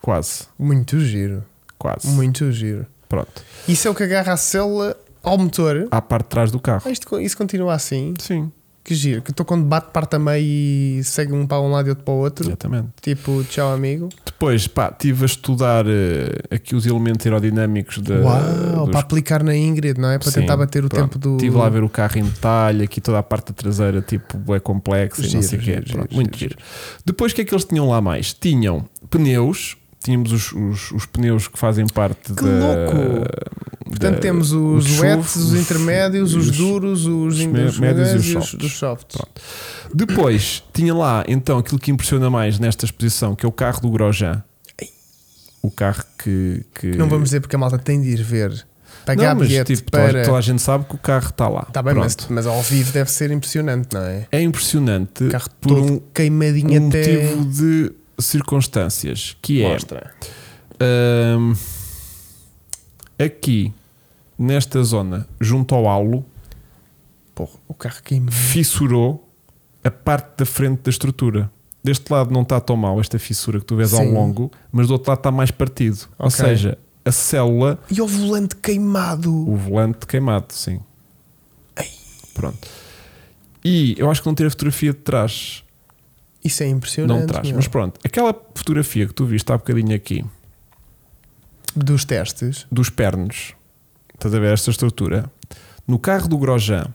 A: Quase,
B: Muito giro.
A: quase.
B: Muito giro.
A: Pronto.
B: Isso é o que agarra a célula ao motor.
A: À parte de trás do
B: Ah,
A: carro.
B: isto, co- isso continua assim.
A: Sim,
B: Que giro. Que um estou quando bate parte a meio e segue um para um lado e outro para o outro.
A: exatamente.
B: Tipo, tchau amigo.
A: Depois, pá, estive a estudar eh, aqui os elementos aerodinâmicos da.
B: Uau,
A: dos
B: para aplicar na Ingrid, não é? Para
A: Sim,
B: tentar bater o
A: pronto.
B: tempo do.
A: Estive lá a ver o carro em detalhe, aqui toda a parte da traseira, tipo, é complexa e não
B: Giro,
A: sei o quê.
B: giro,
A: Pronto,
B: giro,
A: Muito giro. Depois, o que é que eles tinham lá mais? Tinham pneus, tínhamos os, os, os pneus que fazem parte
B: Que
A: da.
B: louco! Portanto,
A: da-
B: temos
A: o
B: os
A: de chuva,
B: wets, os
A: os-
B: intermédios, os
A: os-
B: duros, os,
A: os
B: in-
A: me- médios
B: os
A: e
B: médios
A: os
B: e os,
A: softs.
B: dos softs.
A: Depois, tinha lá, então, aquilo que impressiona mais nesta exposição, que é o carro do Grosjean. O carro que. que...
B: Que Não vamos dizer porque a malta tem de ir ver. Pagar
A: Não, mas
B: bilhete
A: tipo, toda-
B: para.
A: toda a gente sabe que o carro está lá.
B: Tá bem, mas,
A: Pronto.
B: mas ao vivo deve ser impressionante, não é?
A: É impressionante
B: O carro
A: por
B: todo
A: um,
B: queimadinho
A: um
B: até.
A: motivo de circunstâncias, que é
B: Mostra.
A: Ahm, aqui nesta zona, junto ao halo,
B: Porra, o carro queimou.
A: fissurou a parte da frente da estrutura. Deste lado não está tão mal esta fissura que tu vês ao
B: Sim.
A: longo, mas do outro lado está mais partido. Ou
B: Ok.
A: seja, a célula,
B: E o volante queimado.
A: o volante queimado, sim. Pronto. E eu acho que não tem a fotografia de trás.
B: Isso é impressionante.
A: Não traz.
B: meu.
A: Mas pronto, aquela fotografia que tu viste há bocadinho aqui,
B: Dos testes.
A: dos pernos, estás a ver esta estrutura? No carro do Grosjean,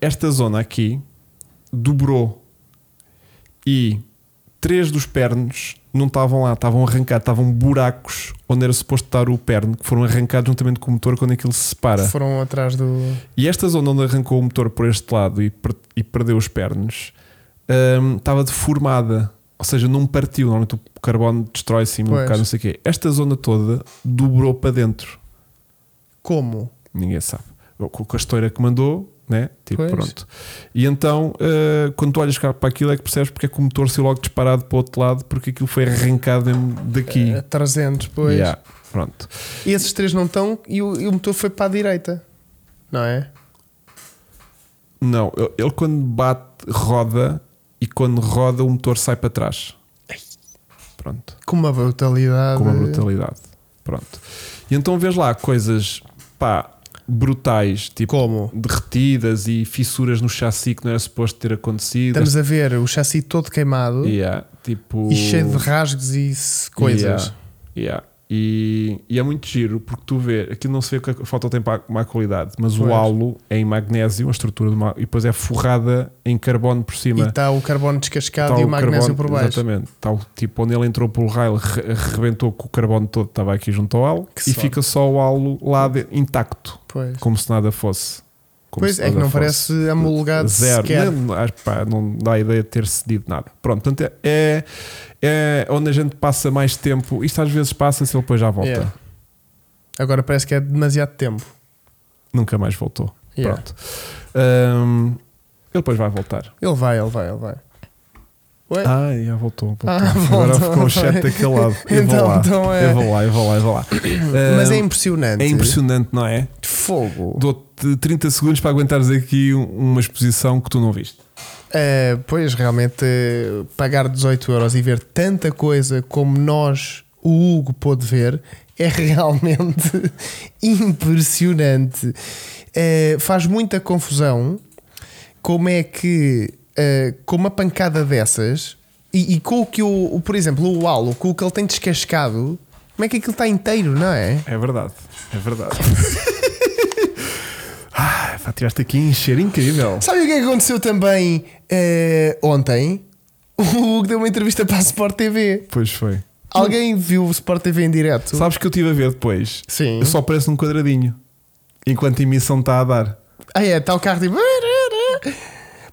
A: esta zona aqui dobrou e três dos pernos não estavam lá, estavam arrancados, estavam buracos onde era suposto estar o perno, que foram arrancados juntamente com o motor quando aquilo se separa.
B: Foram atrás do.
A: E esta zona onde arrancou o motor por este lado e, per- e perdeu os pernos hum, estava deformada, ou seja, não partiu. Normalmente o carbono destrói-se e um
B: Pois.
A: bocado, não sei o quê. Esta zona toda dobrou para dentro.
B: Como?
A: Ninguém sabe. O- Com a esteira que mandou, né? Tipo,
B: Pois.
A: pronto. E então, uh, quando tu olhas cá para aquilo, é que percebes porque é que o motor saiu logo disparado para o outro lado, porque aquilo foi arrancado em- daqui.
B: A 300, Eh, pois.
A: Yeah, Pronto.
B: E esses três não estão e o, e o motor foi para a direita. Não é?
A: Não, ele- ele quando bate, roda e quando roda, o motor sai para trás. Pronto.
B: Com uma brutalidade.
A: Com uma brutalidade. Pronto. E então vês lá coisas, pá, brutais, tipo
B: Como?
A: derretidas e fissuras no chassi que não era suposto ter acontecido.
B: Estamos a ver o chassi todo queimado
A: Yeah, tipo...
B: e cheio de rasgos e s- coisas.
A: Yeah, yeah. E, e é muito giro porque tu vê, aqui não se vê que a foto tem pa- má qualidade, mas
B: Pois.
A: o halo é em magnésio, a estrutura do ma- e depois é forrada em carbono por
B: E
A: cima.
B: está o carbono descascado
A: Tá
B: e o magnésio
A: carbono-
B: por baixo.
A: Exatamente. Tá o- tipo, onde ele entrou pelo rail, re- rebentou com o carbono todo, estava aqui junto ao halo
B: Que
A: e
B: sorte.
A: fica só o halo lá de- intacto,
B: Pois,
A: como se nada fosse. Como
B: pois
A: se
B: é que
A: nada
B: não
A: fosse.
B: parece homologado
A: Zero.
B: sequer.
A: Não, acho, pá, não dá a ideia de ter cedido nada. Pronto, portanto é, é onde a gente passa mais tempo. Isto às vezes passa-se, ele depois já volta.
B: Yeah. Agora parece que é demasiado tempo.
A: Nunca mais voltou.
B: Yeah.
A: Pronto. Hum, ele depois vai voltar.
B: Ele vai, ele vai, ele vai. Ué?
A: Ah, já voltou. voltou.
B: Ah,
A: Agora
B: voltou.
A: ficou o chat daquele lado. Eu vou
B: Então-
A: lá.
B: então é-
A: Eu vou lá, eu vou lá, eu vou lá.
B: Mas é
A: Hum,
B: impressionante.
A: é impressionante, não é?
B: Fogo.
A: Dou-te 30 segundos para aguentares aqui um- uma exposição que tu não viste.
B: É, pois, realmente, eh, pagar 18 euros e ver tanta coisa como nós, o Hugo, pôde ver, é realmente impressionante. Eh, faz muita confusão como é que, eh, com uma pancada dessas, e, e com o que o, o- por exemplo, o Alo, com o que ele tem descascado, como é que aquilo está inteiro, não é?
A: É verdade, é verdade. ah, pá, tiraste aqui um cheiro incrível.
B: Sabe o que é que aconteceu também eh, ontem? O Hugo deu uma entrevista para a Sport TV.
A: Pois foi.
B: Alguém viu o Sport TV em direto?
A: Sabes que eu estive a ver depois?
B: Sim.
A: Eu só aparece num quadradinho. Enquanto a emissão está a dar.
B: Ah, é, está o carro tipo.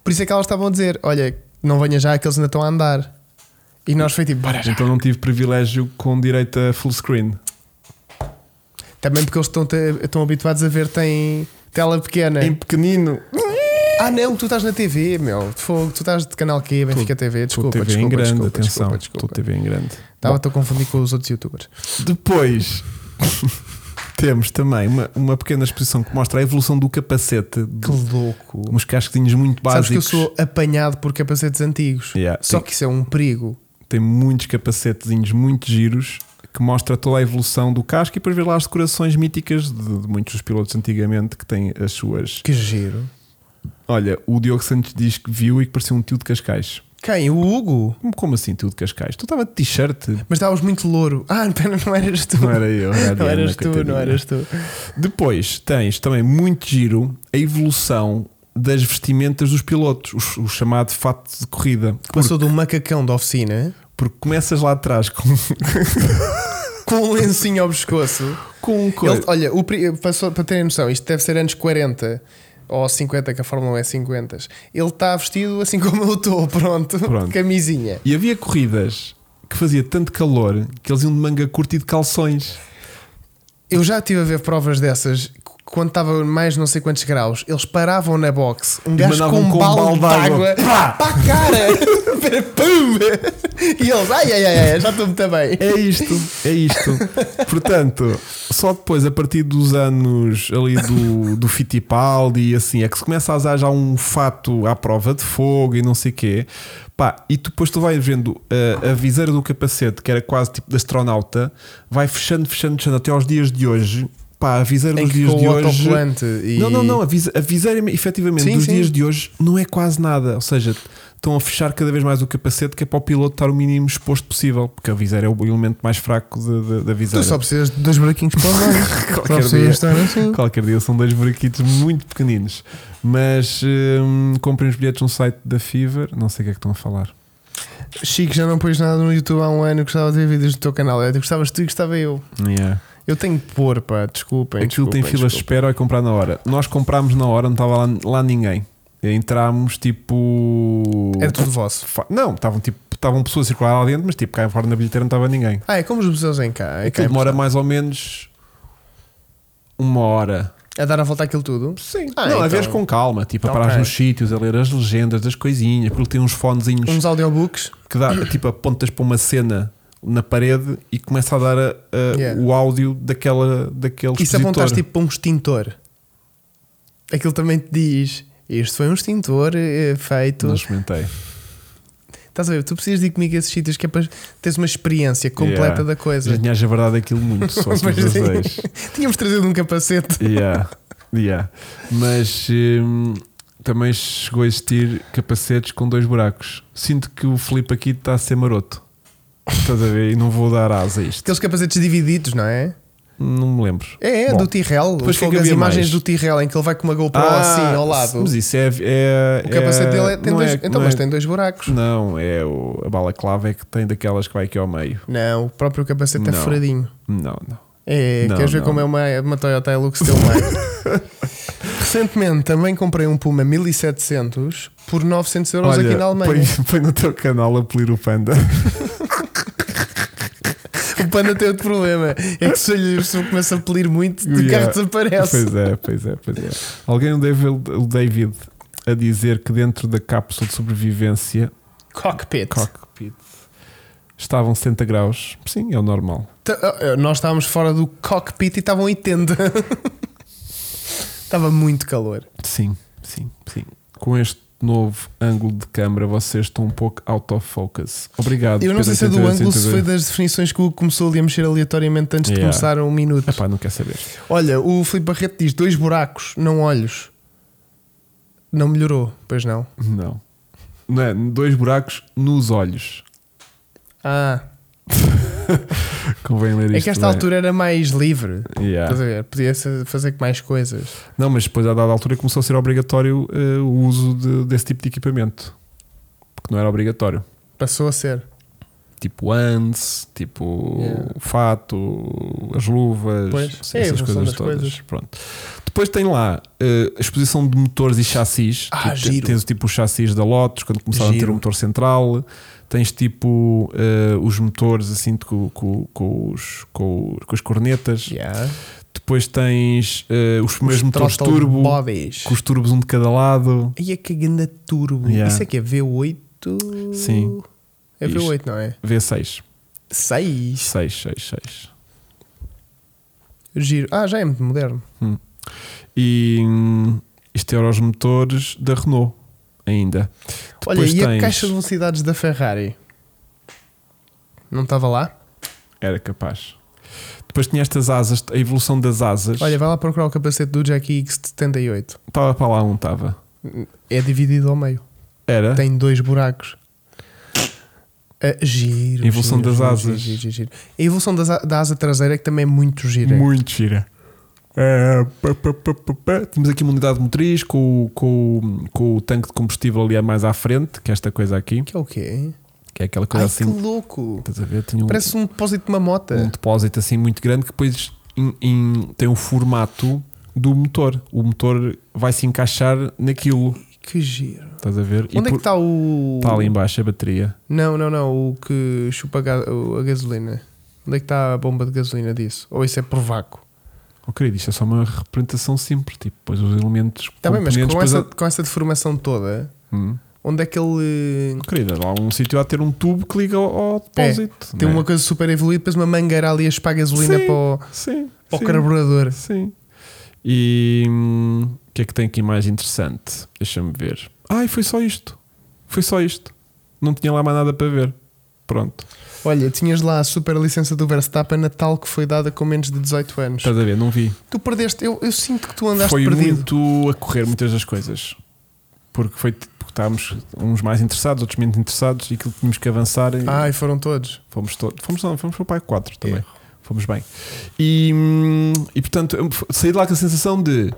B: Por isso é que elas estavam a dizer: olha, não venha já, que eles ainda estão a andar. E nós foi tipo, bora já.
A: Então não tive privilégio com direito a full screen.
B: Também porque eles estão, te- estão habituados a ver, tem tela pequena.
A: Em pequenino.
B: Ah, não, tu estás na TV, meu. De fogo, tu estás de canal Q, Benfica TV.
A: Estou
B: Desculpa,
A: TV
B: desculpa,
A: em grande,
B: desculpa,
A: atenção.
B: desculpa,
A: Estou
B: desculpa.
A: TV em grande.
B: Estava-te a confundir com os outros youtubers.
A: Depois temos também uma, uma pequena exposição que mostra a evolução do capacete.
B: Que
A: De
B: louco.
A: uns casquinhos muito
B: Sabes que eu
A: básicos.
B: sou apanhado por capacetes antigos.
A: Yeah,
B: Só
A: sim.
B: que isso é um perigo.
A: Tem muitos capacetezinhos muito giros que mostra toda a evolução do casco e depois ver lá as decorações míticas de, de muitos dos pilotos antigamente que têm as suas.
B: Que giro.
A: Olha, o Diogo Santos diz que viu e que parecia um tio de Cascais.
B: Quem? O Hugo?
A: Como, como assim, tio de Cascais? Tu estava de t-shirt?
B: Mas estavas muito louro. Ah, pera, não eras tu.
A: Não era eu, era a
B: Não
A: Diana,
B: eras tu,
A: coitadinha.
B: não eras tu.
A: Depois tens também muito giro a evolução das vestimentas dos pilotos, os- o, chamado fato de corrida. Porque,
B: Passou de um macacão da oficina
A: porque começas lá atrás com,
B: com um lencinho ao pescoço.
A: com um coisa.
B: Ele- olha, o pri- passou, para terem noção, isto deve ser anos 40 ou 50, que a Fórmula 1 é 50. Ele está vestido assim como eu estou, pronto.
A: Pronto.
B: Camisinha.
A: E havia corridas que fazia tanto calor que eles iam de manga curta e de calções.
B: Eu já estive a ver provas dessas c- quando estava mais não sei quantos graus. Eles paravam na box, um gajo com
A: mandavam
B: um
A: com um balde
B: balde de
A: d'água.
B: água
A: Pá!
B: para a cara. Pera, Pum! E eles, ai ai ai, ai, já estou muito bem.
A: É isto, é isto. Portanto, só depois, a partir dos anos ali do, do Fittipaldi e assim, é que se começa a usar já um fato à prova de fogo e não sei quê. Pá, e tu, depois tu vais vendo a, a viseira do capacete, que era quase tipo de astronauta, vai fechando, fechando, fechando até aos dias de hoje. Pá, a viseira
B: Em
A: dos
B: É que
A: dias
B: com
A: de
B: o
A: hoje.
B: autocolante e-
A: Não, não, não. A vise- a viseira, efetivamente,
B: Sim,
A: dos
B: sim.
A: dias de hoje não é quase nada. Ou seja, estão a fechar cada vez mais o capacete que é para o piloto estar o mínimo exposto possível, porque a viseira é o elemento mais fraco de- de- da
B: Tu
A: viseira.
B: só precisas de dois buraquinhos para o lado. Só
A: Qualquer dia.
B: precisas estar assim.
A: Qualquer dia são dois buraquitos muito pequeninos. Mas hum, comprem os bilhetes no site da Fever. Não sei o que é que estão a falar.
B: Chico, já não pôs nada no YouTube há um ano. eu Gostava de ver vídeos do teu canal. Eu gostavas tu e gostava eu.
A: Yeah.
B: Eu tenho de pôr, pá. Desculpem.
A: Aquilo tem
B: desculpem,
A: filas de
B: desculpem.
A: espera ou é comprar na hora. Nós comprámos na hora, não estava lá, lá ninguém. Entrámos tipo.
B: Era É tudo vosso.
A: Fa- Não, estavam tipo, estavam pessoas a circular lá dentro, mas tipo, cá em fora na bilheteira não estava ninguém.
B: Ah, é como os museus em cá. É cá
A: Aquilo demora mais ou menos uma hora.
B: A dar a volta àquilo tudo.
A: Sim,
B: Ah,
A: não, a
B: então-
A: veres com calma, tipo, a
B: Ok.
A: parar nos sítios, a ler as legendas das coisinhas, porque ele tem uns fonezinhos
B: Uns audiobooks.
A: que dá, tipo, apontas para uma cena na parede e começa a dar a- a-
B: Yeah.
A: o áudio daquela, daquele
B: E se
A: expositor.
B: apontares tipo para um extintor, aquilo também te diz: Este foi um extintor eh, feito.
A: Não experimentei.
B: Estás a ver? Tu precisas de ir comigo a esses sítios que é para teres uma experiência completa
A: Yeah.
B: da coisa.
A: Já tinhas a verdade aquilo é muito, só se
B: Mas,
A: os dois.
B: Tínhamos trazido um capacete.
A: Yeah. Yeah. Mas hum, também chegou a existir capacetes com dois buracos. Sinto que o Filipe aqui está a ser maroto. Estás a ver? E não vou dar asa a isto.
B: Aqueles capacetes divididos, não é?
A: não me lembro.
B: É, é
A: Bom,
B: do Tyrell.
A: depois
B: Depois
A: o que é
B: fogo,
A: que
B: as
A: havia
B: imagens
A: mais?
B: do Tyrell em que ele vai com uma GoPro assim ao lado.
A: Ah, Mas isso é. é
B: o capacete
A: é-
B: dele é- tem
A: não
B: dois.
A: é-
B: então,
A: não
B: mas
A: é-
B: tem dois buracos.
A: Não, é o, a bala clave é que tem daquelas que vai aqui ao meio.
B: Não, o próprio capacete é
A: Não.
B: furadinho.
A: Não, não.
B: É,
A: Não,
B: queres ver
A: não.
B: como é uma, uma Toyota Hilux teu mãe? Recentemente também comprei um Puma 1700 por 900 euros aqui na Alemanha.
A: Põe, põe no teu canal a polir o panda.
B: O panda tem outro problema. É que se eu, se eu começo a pelir muito, o
A: Yeah.
B: carro desaparece.
A: Pois é, pois é, pois é. Alguém deve o David a dizer que dentro da cápsula de sobrevivência
B: Cockpit.
A: cockpit estavam 70 graus. Sim, é o normal.
B: Tá- ah, Nós estávamos fora do cockpit e estavam 80. Estava muito calor.
A: Sim, sim, sim. Com este novo ângulo de câmara, vocês estão um pouco out of focus. Obrigado.
B: Eu não sei se é do
A: Pedro82,
B: ângulo, se foi
A: 82.
B: das definições que o Hugo começou ali a mexer aleatoriamente antes
A: Yeah.
B: de começar um minuto.
A: Epá, não quer saber.
B: Olha, o Filipe Barreto diz: dois buracos, não olhos. Não melhorou, pois não.
A: Não. Não é? Dois buracos nos olhos.
B: Ah,
A: Convém ler isto.
B: é que esta
A: bem.
B: altura era mais livre.
A: Yeah.
B: Estás a ver? Podia ser- fazer mais coisas.
A: Não, mas depois, a dada altura, começou a ser obrigatório eh, o uso de- desse tipo de equipamento. Porque não era obrigatório.
B: Passou a ser.
A: Tipo ANS, tipo
B: Yeah.
A: o fato, as luvas,
B: Pois.
A: assim,
B: É a
A: essas
B: evolução
A: coisas
B: das
A: todas.
B: coisas.
A: Pronto. Depois tem lá eh, a exposição de motores e chassis.
B: Ah,
A: Tu te-
B: giro.
A: Tens o tipo os chassis da Lotus, quando começaram a ter
B: Giro.
A: o motor central. Tens tipo eh, os motores assim com, com, com, os, com, com as cornetas.
B: Yeah.
A: Depois tens eh, os primeiros motores
B: Throttle
A: turbo,
B: Bodies.
A: com os turbos um de cada lado.
B: E a caganda é turbo.
A: Yeah.
B: Isso é que é V8?
A: Sim.
B: É V8, não é?
A: V6.
B: 6.
A: 6, 6, 6.
B: Giro. Ah, já é muito moderno.
A: E hum, isto era os motores da Renault, ainda.
B: Olha,
A: Depois
B: e a
A: tens-
B: caixa de velocidades da Ferrari? Não estava lá?
A: Era capaz. Depois tinha estas asas, a evolução das asas.
B: Olha, vai lá procurar o capacete do Jackie X78.
A: Estava para lá um, estava.
B: É dividido ao meio.
A: Era.
B: Tem dois buracos. Ah, giro.
A: A evolução
B: giro,
A: das
B: giro,
A: asas.
B: Giro, giro, giro. A evolução das a- da asa traseira é que também é muito gira.
A: Muito gira. É, pá, pá, pá, pá, pá. Temos aqui uma unidade motriz com, o- com, o- com o tanque de combustível ali mais à frente, que é esta coisa aqui,
B: Que é o quê?
A: que é aquela
B: Ai,
A: coisa assim.
B: que louco!
A: Estás a ver? Tinha um,
B: Parece um depósito de uma moto.
A: um depósito assim muito grande que depois em- em- tem o formato do motor. O motor vai se encaixar naquilo.
B: Que giro.
A: Estás a ver?
B: Onde é que está o.
A: Está tá ali embaixo a bateria.
B: Não, não, não. O que chupa a, ga- o- a gasolina. Onde é que está a bomba de gasolina disso? Ou isso é por vácuo?
A: Oh, querido, isto é só uma representação simples. Tipo, depois os elementos.
B: Está Tá bem,
A: componentes,
B: mas
A: é.
B: com
A: depois
B: essa,
A: há-
B: com essa deformação toda,
A: Hum.
B: onde é que ele.
A: Oh, Querida, lá há um sítio a ter um tubo que liga ao, ao depósito.
B: É, Tem
A: né?
B: uma coisa super evoluída, depois uma mangueira ali a espalhar gasolina
A: Sim.
B: para o,
A: Sim.
B: para o
A: sim,
B: carburador.
A: Sim. E hum, o que é que tem aqui mais interessante? Deixa-me ver. Ai, foi só isto. Foi só isto. Não tinha lá mais nada para ver. Pronto.
B: Olha, tinhas lá a super licença do Verstappen Natal que foi dada com menos de 18 anos.
A: Estás a ver? Não vi.
B: Tu perdeste, eu, eu sinto que tu andaste
A: Tá. foi
B: perdido.
A: muito a correr muitas das coisas. Porque foi porque estávamos uns mais interessados, outros menos interessados, e aquilo que tínhamos que avançar. e-
B: Ai, foram todos.
A: Fomos todos. Fomos, não, fomos para o pai 4 também.
B: É.
A: Fomos bem. E, hum, e portanto, eu f- saí de lá com a sensação de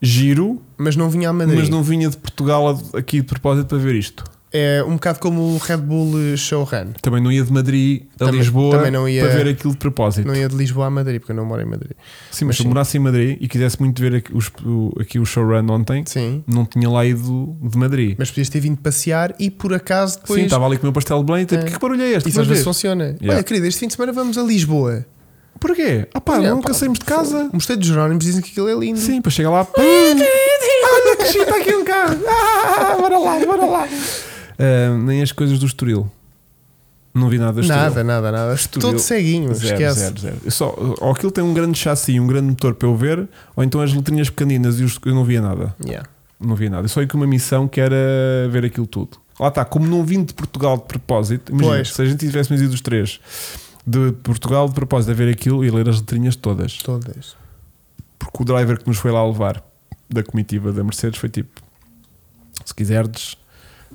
A: giro,
B: Mas não vinha a Madrid.
A: mas não vinha de Portugal a- aqui de propósito para ver isto.
B: É um bocado como o Red Bull Showrun.
A: Também não ia de Madrid a
B: Também-
A: Lisboa
B: também não ia-
A: para ver aquilo de propósito.
B: Não ia de Lisboa a Madrid, porque eu não moro em Madrid.
A: Sim, mas
B: mas
A: se eu
B: sim.
A: morasse em Madrid e quisesse muito ver aqui, os- o, aqui o showrun ontem,
B: Sim.
A: não tinha lá ido de Madrid.
B: Mas podias ter vindo passear e por acaso depois.
A: Sim, tá estava ali com o meu pastel de Belém e tipo,
B: É.
A: que barulho é este?
B: Isso às
A: Vamos
B: vezes
A: ver."
B: funciona.
A: Yeah.
B: Olha, querida, este fim de semana vamos a Lisboa.
A: Porquê? Ah pá,
B: Olha,
A: nunca
B: pá,
A: saímos de casa.
B: Mosteiro de Jerónimos dizem que aquilo é lindo.
A: Sim, para chegar lá. pum! Olha que giro, está aqui um carro. Ah, bora lá, bora lá. Ah, nem as coisas do Estoril. Não vi nada do Estoril.
B: Nada, nada, nada.
A: Estoril.
B: Todo ceguinho,
A: Zero,
B: esquece.
A: zero, zero. Eu Só, ou aquilo tem um grande chassi e um grande motor para eu ver, ou então as letrinhas pequeninas e os- eu não via nada.
B: Yeah.
A: Não via nada. Eu só ia com uma missão que era ver aquilo tudo. Lá está, como não vim de Portugal de propósito, imagina,
B: Pois.
A: se a gente tivéssemos ido os três de Portugal de propósito a ver aquilo e ler as letrinhas todas,
B: Todas.
A: porque o driver que nos foi lá levar da comitiva da Mercedes foi tipo: se quiserdes,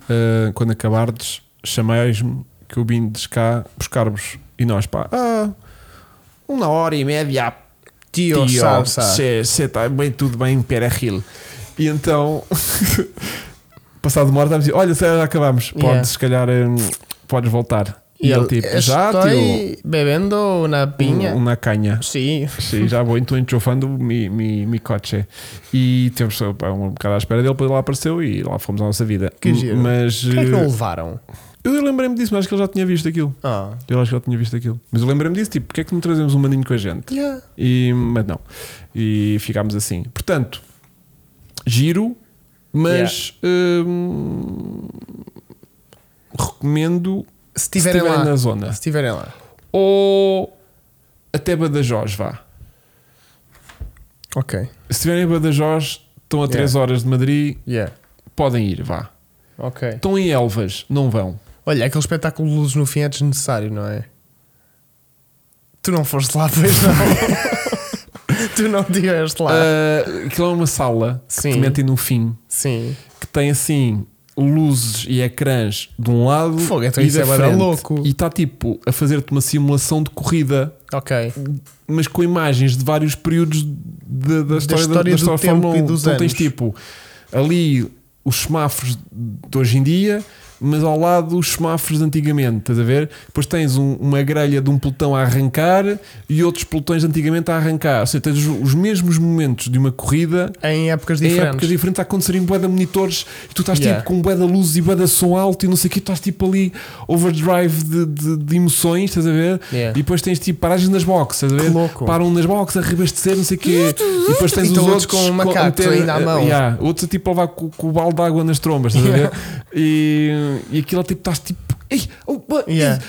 A: ah, quando acabardes, chamais-me que eu vim de cá buscar-vos. E nós, pá, ah, uma hora e média
B: Tio, sabe, sabe.
A: você está tá bem, tudo bem, Pera Hill. E então, passado uma hora, estávamos a dizer: Olha, já acabamos, podes,
B: Yeah.
A: se calhar, hum, podes voltar. E, ele, tipo: Já,
B: estou
A: tio,
B: bebendo uma pinha.
A: um- uma canha.
B: Sim.
A: Sim, já vou, então enchufando mi, mi, mi coche. E temos pá, um bocado à espera dele, para ele lá apareceu e lá fomos à nossa vida.
B: Que giro.
A: Mas
B: Porquê é que não
A: eh,
B: levaram?
A: eu lembrei-me disso, mas acho que ele já tinha visto aquilo.
B: Ah.
A: Eu acho que ele tinha visto aquilo. Mas eu lembrei-me disso, tipo, porque é que não trazemos um maninho com a gente?
B: Yeah.
A: E, mas não. E ficámos assim. Portanto, giro, mas hum, recomendo
B: Se
A: se
B: tiverem lá.
A: na zona.
B: Se tiverem lá.
A: Ou até Badajoz, vá.
B: Ok.
A: Se estiverem em Badajoz, estão a
B: Yeah.
A: 3 horas de Madrid,
B: Yeah.
A: podem ir, vá.
B: Ok.
A: Estão em Elvas, não vão.
B: Olha, aquele espetáculo de luzes no fim é desnecessário, não é? Tu não foste lá, pois não. tu não estiveste lá.
A: Ah, aquilo é uma sala que te
B: Sim.
A: metem no fim,
B: Sim.
A: que tem assim luzes e ecrãs de um lado
B: Fogo, então
A: e
B: isso
A: da
B: é bué da
A: frente.
B: louco.
A: E está tipo a fazer-te uma simulação de corrida,
B: Ok.
A: mas com imagens de vários períodos da, da história da,
B: história
A: da
B: do
A: história da
B: tempo
A: Fórmula
B: e
A: 1.
B: dos
A: então tens
B: anos.
A: tipo ali os semáforos de hoje em dia. Mas ao lado os semáforos de antigamente, estás a ver? Depois tens um- uma grelha de um pelotão a arrancar e outros pelotões de antigamente a arrancar. Ou seja, tens os- os mesmos momentos de uma corrida
B: Em épocas
A: em
B: diferentes.
A: épocas diferentes é a acontecerem bué de monitores e tu estás
B: Yeah.
A: tipo com bué de luz e bué de som alto e não sei o que, tu estás tipo ali overdrive de, de, de emoções, estás a ver?
B: Yeah.
A: E depois tens tipo paragens nas boxes, estás a
B: Que
A: ver?
B: louco.
A: Param nas boxes, a reabastecer, não sei o quê. E depois tens os
B: E estão
A: outros
B: outros com um macaco
A: a meter-
B: ainda à mão.
A: Yeah, outros a tipo a levar com, com o balde de água nas trombas, estás a ver? E, e aquilo é tipo, estás tipo. "Ei, oh, pá,
B: Yeah.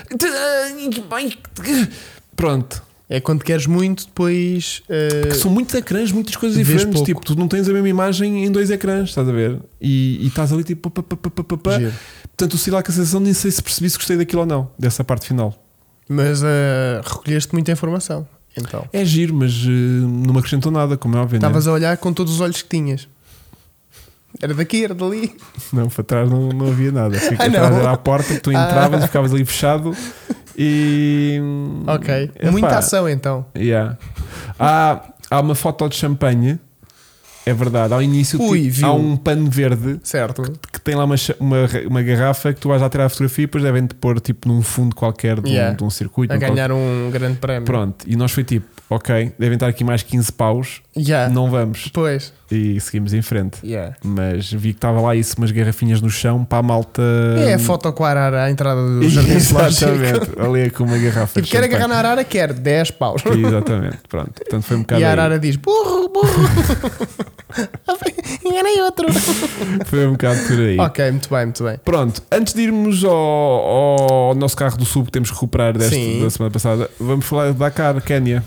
A: ai, ai, Pronto,
B: É quando queres muito, depois. eh,
A: que são muitos ecrãs, muitas coisas
B: Vês
A: diferentes.
B: pouco.
A: Tipo, tu não tens a mesma imagem em dois ecrãs, estás a ver? E, e estás ali tipo. Pá, pá, pá, pá, pá, pá.
B: giro.
A: Portanto, o sei lá que a sensação, nem sei se percebi se gostei daquilo ou não, dessa parte final.
B: Mas eh, recolheste muita informação. Então.
A: É giro, mas eh, não me acrescentou nada, como é óbvio. né?
B: Estavas a olhar com todos os olhos que tinhas. Era daqui, era dali.
A: Não, para trás não, não havia nada. Fica
B: Ah, não.
A: atrás era a porta que tu entravas e ficavas ali fechado. E.
B: Ok.
A: Hum, Epá,
B: Muita ação então.
A: Yeah. Há, há uma foto de champanhe, é verdade. Ao início
B: Ui,
A: tipo,
B: viu.
A: há um pano verde
B: Certo.
A: que tem lá uma, cha- uma, ra- uma garrafa que tu vais lá tirar a fotografia e depois devem-te pôr tipo num fundo qualquer de, um-
B: Yeah.
A: de um, circuito.
B: A
A: num qualquer-
B: ganhar um grande prémio.
A: Pronto, e nós foi tipo, ok, devem estar aqui mais 15 paus,
B: Yeah.
A: não vamos.
B: Pois.
A: E seguimos em frente.
B: Yeah.
A: Mas vi que estava lá isso, umas garrafinhas no chão para a malta.
B: É a foto com a arara à entrada do jardim
A: Hum.
B: zoológico.
A: Exatamente, ali é com uma garrafa.
B: Tipo,
A: de
B: quer agarrar
A: champanhe.
B: na arara, quer 10 paus.
A: Exatamente, pronto. Portanto, foi um bocado.
B: E a
A: aí.
B: arara diz: burro, burro. Enganei outro.
A: Foi um bocado por aí.
B: Ok, muito bem, muito bem.
A: Pronto, antes de irmos ao, ao nosso carro do sub que temos que recuperar deste,
B: Sim.
A: da semana passada, vamos falar de Dakar, Quénia.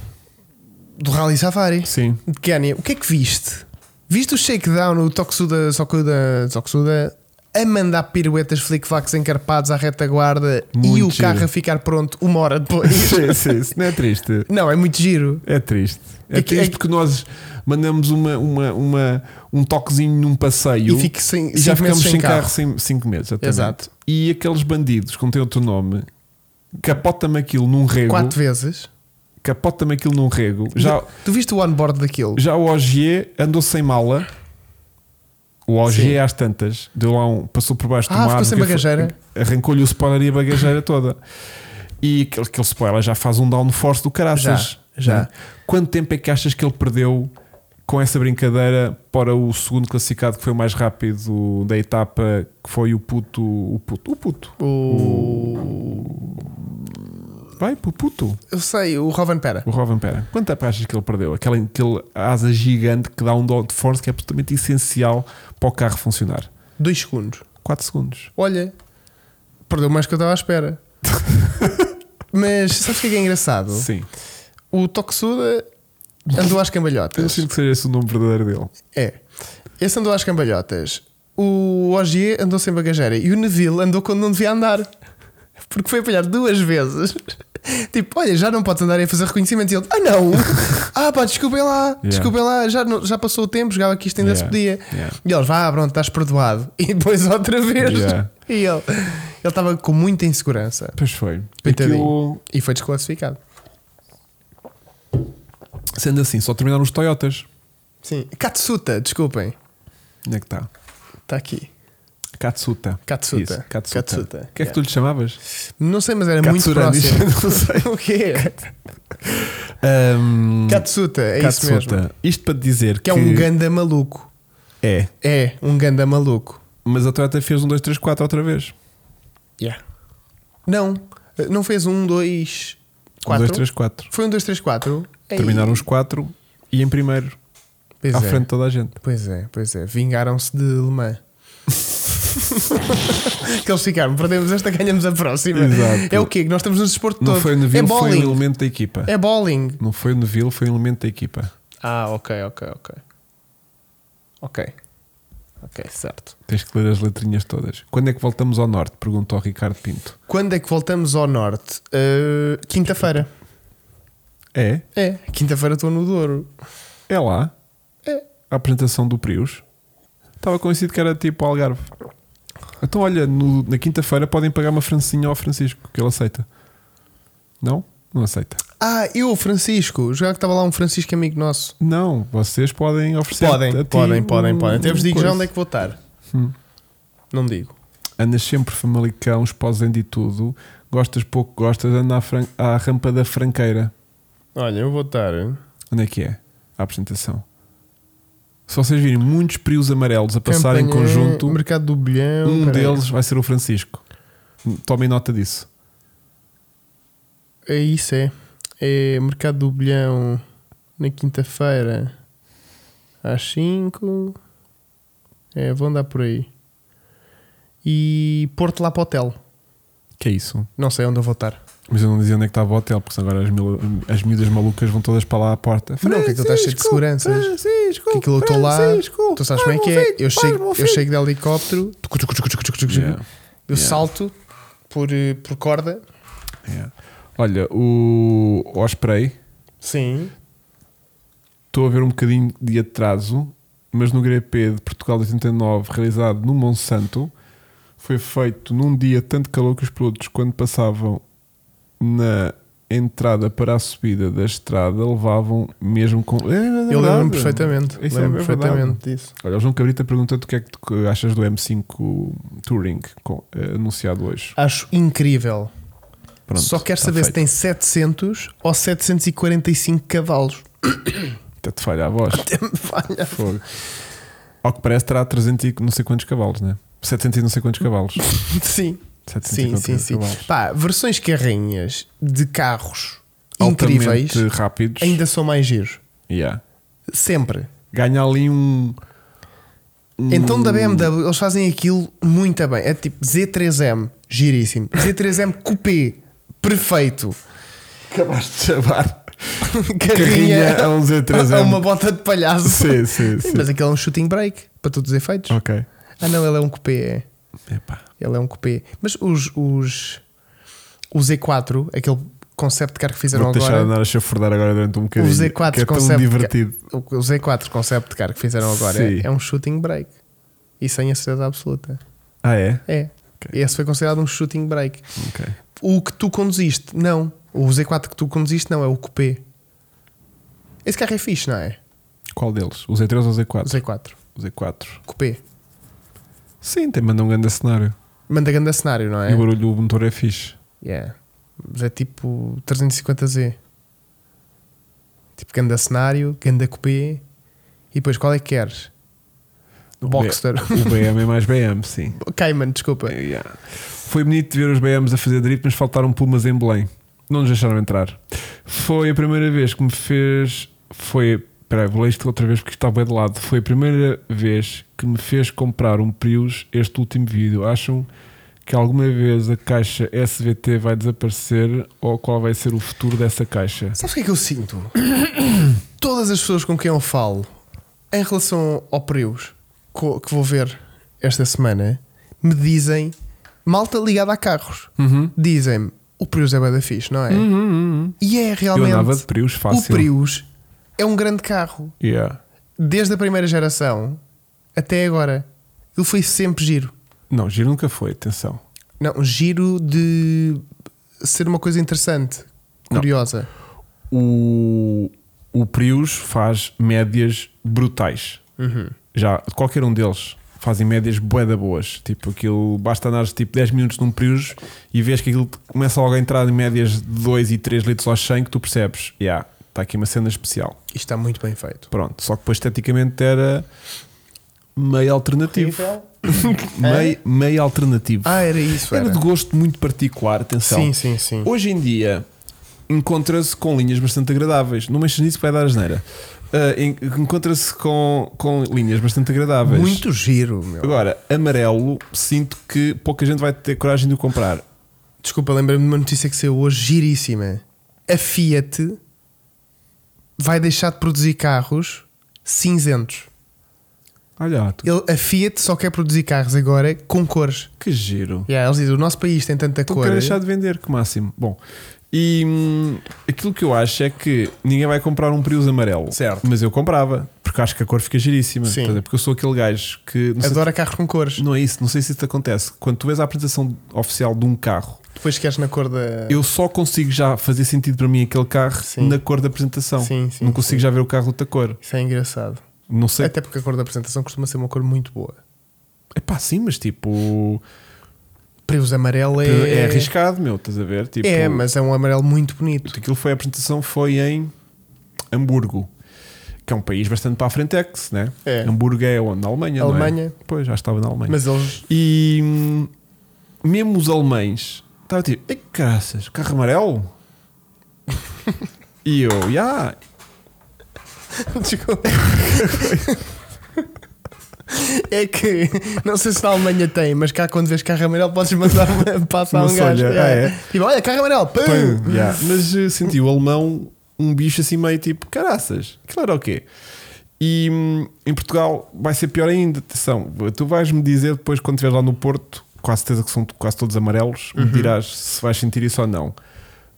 B: Do Rally Safari.
A: Sim.
B: De Quénia, o que é que viste? Viste o shakedown, o Toksuda, Sokuda, Toksuda a mandar piruetas flickflacks encarpados à retaguarda e
A: Muito
B: o
A: giro.
B: carro a ficar pronto uma hora depois?
A: sim, sim, isso não é triste.
B: Não, é muito giro.
A: É triste. É
B: É que-
A: triste
B: é-
A: porque nós mandamos uma, uma, uma- um toquezinho num passeio
B: e fico sem,
A: e já
B: cinco
A: ficamos
B: meses
A: sem carro 5 cinco meses. exatamente.
B: Exato.
A: E aqueles bandidos que não têm outro nome capota-me aquilo num rego.
B: Quatro vezes.
A: Capota-me aquilo num rego. Já,
B: Tu viste o onboard daquilo?
A: já o Ogier andou sem mala. O Ogier
B: Sim.
A: às tantas deu lá um, passou por baixo de
B: Ah,
A: uma
B: ficou
A: árvore,
B: sem
A: que foi-
B: bagageira.
A: Arrancou-lhe o spoiler e a bagageira toda. E aquele, aquele spoiler já faz um downforce do caraças.
B: Já, já.
A: Né? Quanto tempo é que achas que ele perdeu com essa brincadeira para o segundo classificado que foi o mais rápido da etapa, que foi o puto. O puto. O puto.
B: O...
A: Vai para o puto.
B: Eu sei, o Rovan Pera.
A: O Robin Pera. Quanto tempo achas que ele perdeu? Aquela, aquele asa gigante que dá um downforce que é absolutamente essencial para o carro funcionar.
B: Dois segundos.
A: 4 segundos.
B: Olha, perdeu mais que eu estava à espera. Mas sabes o que é que é engraçado?
A: Sim.
B: O Toksuda andou às
A: Eu
B: cambalhotas.
A: sinto que seja esse o nome verdadeiro dele.
B: É. Esse andou às cambalhotas. O Ogier andou sem bagageira e o Neville andou quando não devia andar. Porque foi apanhar duas vezes Tipo, olha, já não podes andar aí a fazer reconhecimento. E ele, ah não, ah pá, desculpem lá, desculpem lá, já, não- já passou o tempo, jogava que isto ainda
A: Yeah.
B: se podia.
A: Yeah.
B: E eles, vá, pronto, estás perdoado. E depois outra vez.
A: Yeah.
B: E ele, ele estava com muita insegurança
A: Pois foi.
B: Coitadinho.
A: Aquilo,
B: e foi desclassificado.
A: sendo assim, só terminaram os Toyotas.
B: Sim, Katsuta, desculpem,
A: Onde é que está?
B: está aqui.
A: Katsuta.
B: Katsuta.
A: Isso, Katsuta.
B: Katsuta.
A: O que é que tu lhe chamavas?
B: Não sei, mas era
A: Katsura,
B: muito próximo.
A: diz- não sei.
B: o quê?
A: Um,
B: Katsuta, é isso mesmo.
A: Isto para te dizer
B: Que é um ganda maluco.
A: É.
B: É, um ganda maluco.
A: Mas a Toyota fez um, dois, três, quatro outra vez.
B: Não, não fez um, dois,
A: Um,
B: quatro.
A: dois, três, quatro.
B: Foi um, dois, três, quatro. Ei.
A: Terminaram os quatro e em primeiro,
B: pois
A: à
B: é.
A: frente de toda a gente.
B: Pois é, pois é. Vingaram-se de Le Mans. que eles ficaram, perdemos esta, ganhamos a próxima.
A: Exato.
B: É o quê? Que nós estamos no desporto
A: Não
B: todo.
A: foi o
B: é
A: Neville, foi um
B: bowling.
A: elemento da equipa.
B: É bowling.
A: Não foi o Neville, foi um elemento da equipa.
B: Ah, ok, ok, ok. Ok. Ok, certo.
A: Tens que ler as letrinhas todas. Quando é que voltamos ao norte? Perguntou ao Ricardo Pinto.
B: Quando é que voltamos ao norte? Uh, quinta-feira.
A: É?
B: É, quinta-feira estou no Douro.
A: É lá?
B: É.
A: A apresentação do Prius? Estava conhecido que era tipo Algarve. Então, olha, no- na quinta-feira podem pagar uma francinha ao Francisco, que ele aceita. Não? Não aceita.
B: Ah, eu, Francisco, já que estava lá um Francisco amigo nosso.
A: Não, vocês podem oferecer.
B: Podem,
A: a ti
B: podem,
A: um-
B: podem, podem. Até vos digo já
A: coisa.
B: onde é que vou estar.
A: Hum.
B: Não digo.
A: Andas sempre famalicão, esposando e tudo. Gostas pouco, gostas, anda à, fran- à rampa da franqueira.
B: Olha, eu vou estar.
A: Onde é que é a apresentação? Se vocês virem muitos prios amarelos a passar em
B: Campanhã,
A: conjunto,
B: Mercado do Bilhão.
A: um
B: peraí.
A: deles vai ser o Francisco. Tomem nota disso.
B: É isso, é. É Mercado do Bilhão na quinta-feira às 5. É, vão andar por aí. E Porto lá para o hotel.
A: Que é isso.
B: Não sei onde eu vou estar.
A: Mas eu não dizia onde é que estava o hotel, porque senão agora as, mil, as miúdas malucas vão todas para lá à porta.
B: Não, que aquilo está cheio de seguranças.
A: Francisco,
B: Que aquilo eu estou lá.
A: Francisco, um
B: Tu sabes como é
A: vai,
B: que
A: meu
B: é?
A: filho,
B: Eu
A: vai,
B: chego,
A: meu
B: eu
A: filho.
B: chego de helicóptero, tucu, tucu, tucu, tucu, tucu, tucu,
A: Yeah,
B: eu
A: yeah.
B: salto por, eh, por corda.
A: yeah. É. Olha, o Osprey,
B: Sim.
A: estou a ver um bocadinho de atraso, mas no GP de Portugal de 89, realizado no Monsanto, foi feito num dia tanto calor que os pilotos, quando passavam na entrada para a subida da estrada, levavam mesmo com. É, é
B: Eu
A: verdade.
B: lembro-me perfeitamente.
A: Isso é verdade.
B: Lembro-me perfeitamente disso.
A: Olha, o João Cabrita pergunta-te o que é que tu achas do M5 Touring com- eh, anunciado hoje.
B: Acho incrível.
A: Pronto,
B: Só quero
A: tá
B: saber se
A: feito.
B: tem 700 ou 745 cavalos.
A: Até te falha a voz.
B: Até me falha.
A: Fogo. Ao que parece, terá 300 e não sei quantos cavalos, né? 700 e não sei quantos cavalos.
B: Sim,
A: 700 e
B: sim,
A: quantos
B: sim, sim.
A: cavalos.
B: Pá, versões carrinhas de carros
A: Altamente
B: incríveis
A: rápidos.
B: ainda são mais giros.
A: Yeah.
B: Sempre.
A: Ganha ali um. um-
B: Então da BMW eles fazem aquilo muito bem. É tipo Z3M, giríssimo. Z3M Coupé, perfeito.
A: Acabaste de chamar.
B: Carrinha,
A: Carrinha a um Z3M.
B: a É uma bota de palhaço.
A: Sim, sim, sim.
B: Mas aquele é um shooting break, para todos os efeitos.
A: Ok.
B: Ah não, ele é um Coupé, é.
A: Epá.
B: Ele é um coupé. Mas os, os, o Z4, aquele conceito de carro que fizeram
A: Vou te deixar
B: agora.
A: andar a chafurdar agora durante um
B: O
A: bocadinho.
B: Z4
A: que é tão
B: concept
A: divertido.
B: O o Z4 conceito de carro que fizeram agora é,
A: Sim.
B: é um shooting break. E sem a certeza absoluta.
A: Ah, é?
B: É.
A: Ok.
B: Esse foi considerado um shooting break.
A: Ok.
B: O que tu conduziste, não. O Z4 que tu conduziste, não. É o coupé. Esse carro é fixe, não é?
A: Qual deles? O Z3 ou o
B: O
A: Z4?
B: Z4.
A: O Z4.
B: Coupé.
A: Sim, tem manda um grande cenário.
B: Manda grande cenário, não é?
A: E o barulho do motor é fixe.
B: Yeah. Mas é tipo 350Z. Tipo ganda cenário, ganda coupé. E depois qual é que queres?
A: O
B: Boxster.
A: O BM é mais BM, sim.
B: Cayman, desculpa.
A: Yeah. Foi bonito ver os BMs a fazer drift, mas faltaram pumas em Belém. Não nos deixaram entrar. Foi a primeira vez que me fez. Foi. Peraí, vou ler isto outra vez porque isto está bem de lado. Foi a primeira vez que me fez comprar um Prius este último vídeo. Acham que alguma vez a caixa SVT vai desaparecer ou qual vai ser o futuro dessa caixa?
B: Sabes o que é que eu sinto? Todas as pessoas com quem eu falo em relação ao Prius co- que vou ver esta semana me dizem malta ligada a carros.
A: Uhum.
B: Dizem-me o Prius é bué da fixe, não é?
A: Uhum, uhum, uhum.
B: E é
A: Eu andava de
B: realmente.
A: Prius
B: O
A: fácil.
B: Prius é um grande carro.
A: Yeah.
B: Desde a primeira geração até agora. Ele foi sempre giro.
A: Não, giro nunca foi, atenção.
B: Não, giro de ser uma coisa interessante,
A: Não.
B: curiosa.
A: O, o Prius faz médias brutais.
B: Uhum.
A: Já qualquer um deles fazem médias boeda boas. Tipo, aquilo basta andares tipo 10 minutos num Prius e vês que aquilo começa logo a entrar em médias de 2 e 3 litros aos 100 que tu percebes. Yeah, está aqui uma cena especial.
B: Isto está muito bem feito.
A: Pronto, só que depois esteticamente era meio alternativo. meio, meio alternativo.
B: Ah, era isso. Era.
A: era de gosto muito particular, atenção.
B: Sim, sim, sim.
A: Hoje em dia encontra-se com linhas bastante agradáveis. Não mexas nisso que vai dar asneira. Ah, en- encontra-se com, com linhas bastante agradáveis.
B: Muito giro, meu.
A: Agora, amarelo, sinto que pouca gente vai ter coragem de o comprar.
B: Desculpa, lembrei-me de uma notícia que saiu hoje giríssima. A Fiat vai deixar de produzir carros cinzentos.
A: Olha, tu-
B: Ele- a Fiat só quer produzir carros agora com cores.
A: que giro.
B: Yeah, eles dizem, o nosso país tem tanta
A: Estou a
B: cor.
A: querer deixar de vender, que máximo. Bom, e hum, aquilo que eu acho é que ninguém vai comprar um Prius amarelo.
B: Certo.
A: Mas eu comprava, porque acho que a cor fica giríssima.
B: Sim. É
A: Estás a ver? Porque eu sou aquele gajo que. Não sei,
B: Adora carros com cores.
A: não é isso, não sei se isso te acontece. Quando tu vês a apresentação oficial de um carro,
B: Depois queres na cor da.
A: eu só consigo já fazer sentido para mim aquele carro
B: É. Sim.
A: na cor da apresentação.
B: Sim, sim,
A: não consigo já ver o carro de outra cor.
B: Isso é engraçado.
A: Não sei.
B: Até porque a cor da apresentação costuma ser uma cor muito boa.
A: É pá, sim, mas tipo.
B: Prius amarelo é.
A: É, arriscado, meu, estás a ver? Tipo,
B: É, mas é um amarelo muito bonito.
A: Aquilo foi a apresentação foi em Hamburgo, que é um país bastante para a frentex, né?
B: É.
A: Hamburgo é onde? Na Alemanha, não é?
B: Alemanha.
A: Pois, já estava na Alemanha.
B: Mas eles.
A: E hum, mesmo os alemães estavam tipo, ei caraças, carro amarelo? e eu, já,
B: Desculpa. É que não sei se na Alemanha tem, mas cá quando vês carro amarelo podes mandar uma passa a um
A: Uma
B: gajo.
A: solha,
B: É.
A: ah, é?
B: Tipo, olha, carro amarelo, pum!
A: pum, já. mas eh, senti o alemão um bicho assim meio tipo, caraças, aquilo era o quê? E hum, em Portugal vai ser pior ainda. Atenção, tu vais-me dizer depois, quando estiveres lá no Porto, com a certeza que são quase todos amarelos, me dirás se vais sentir isso ou não.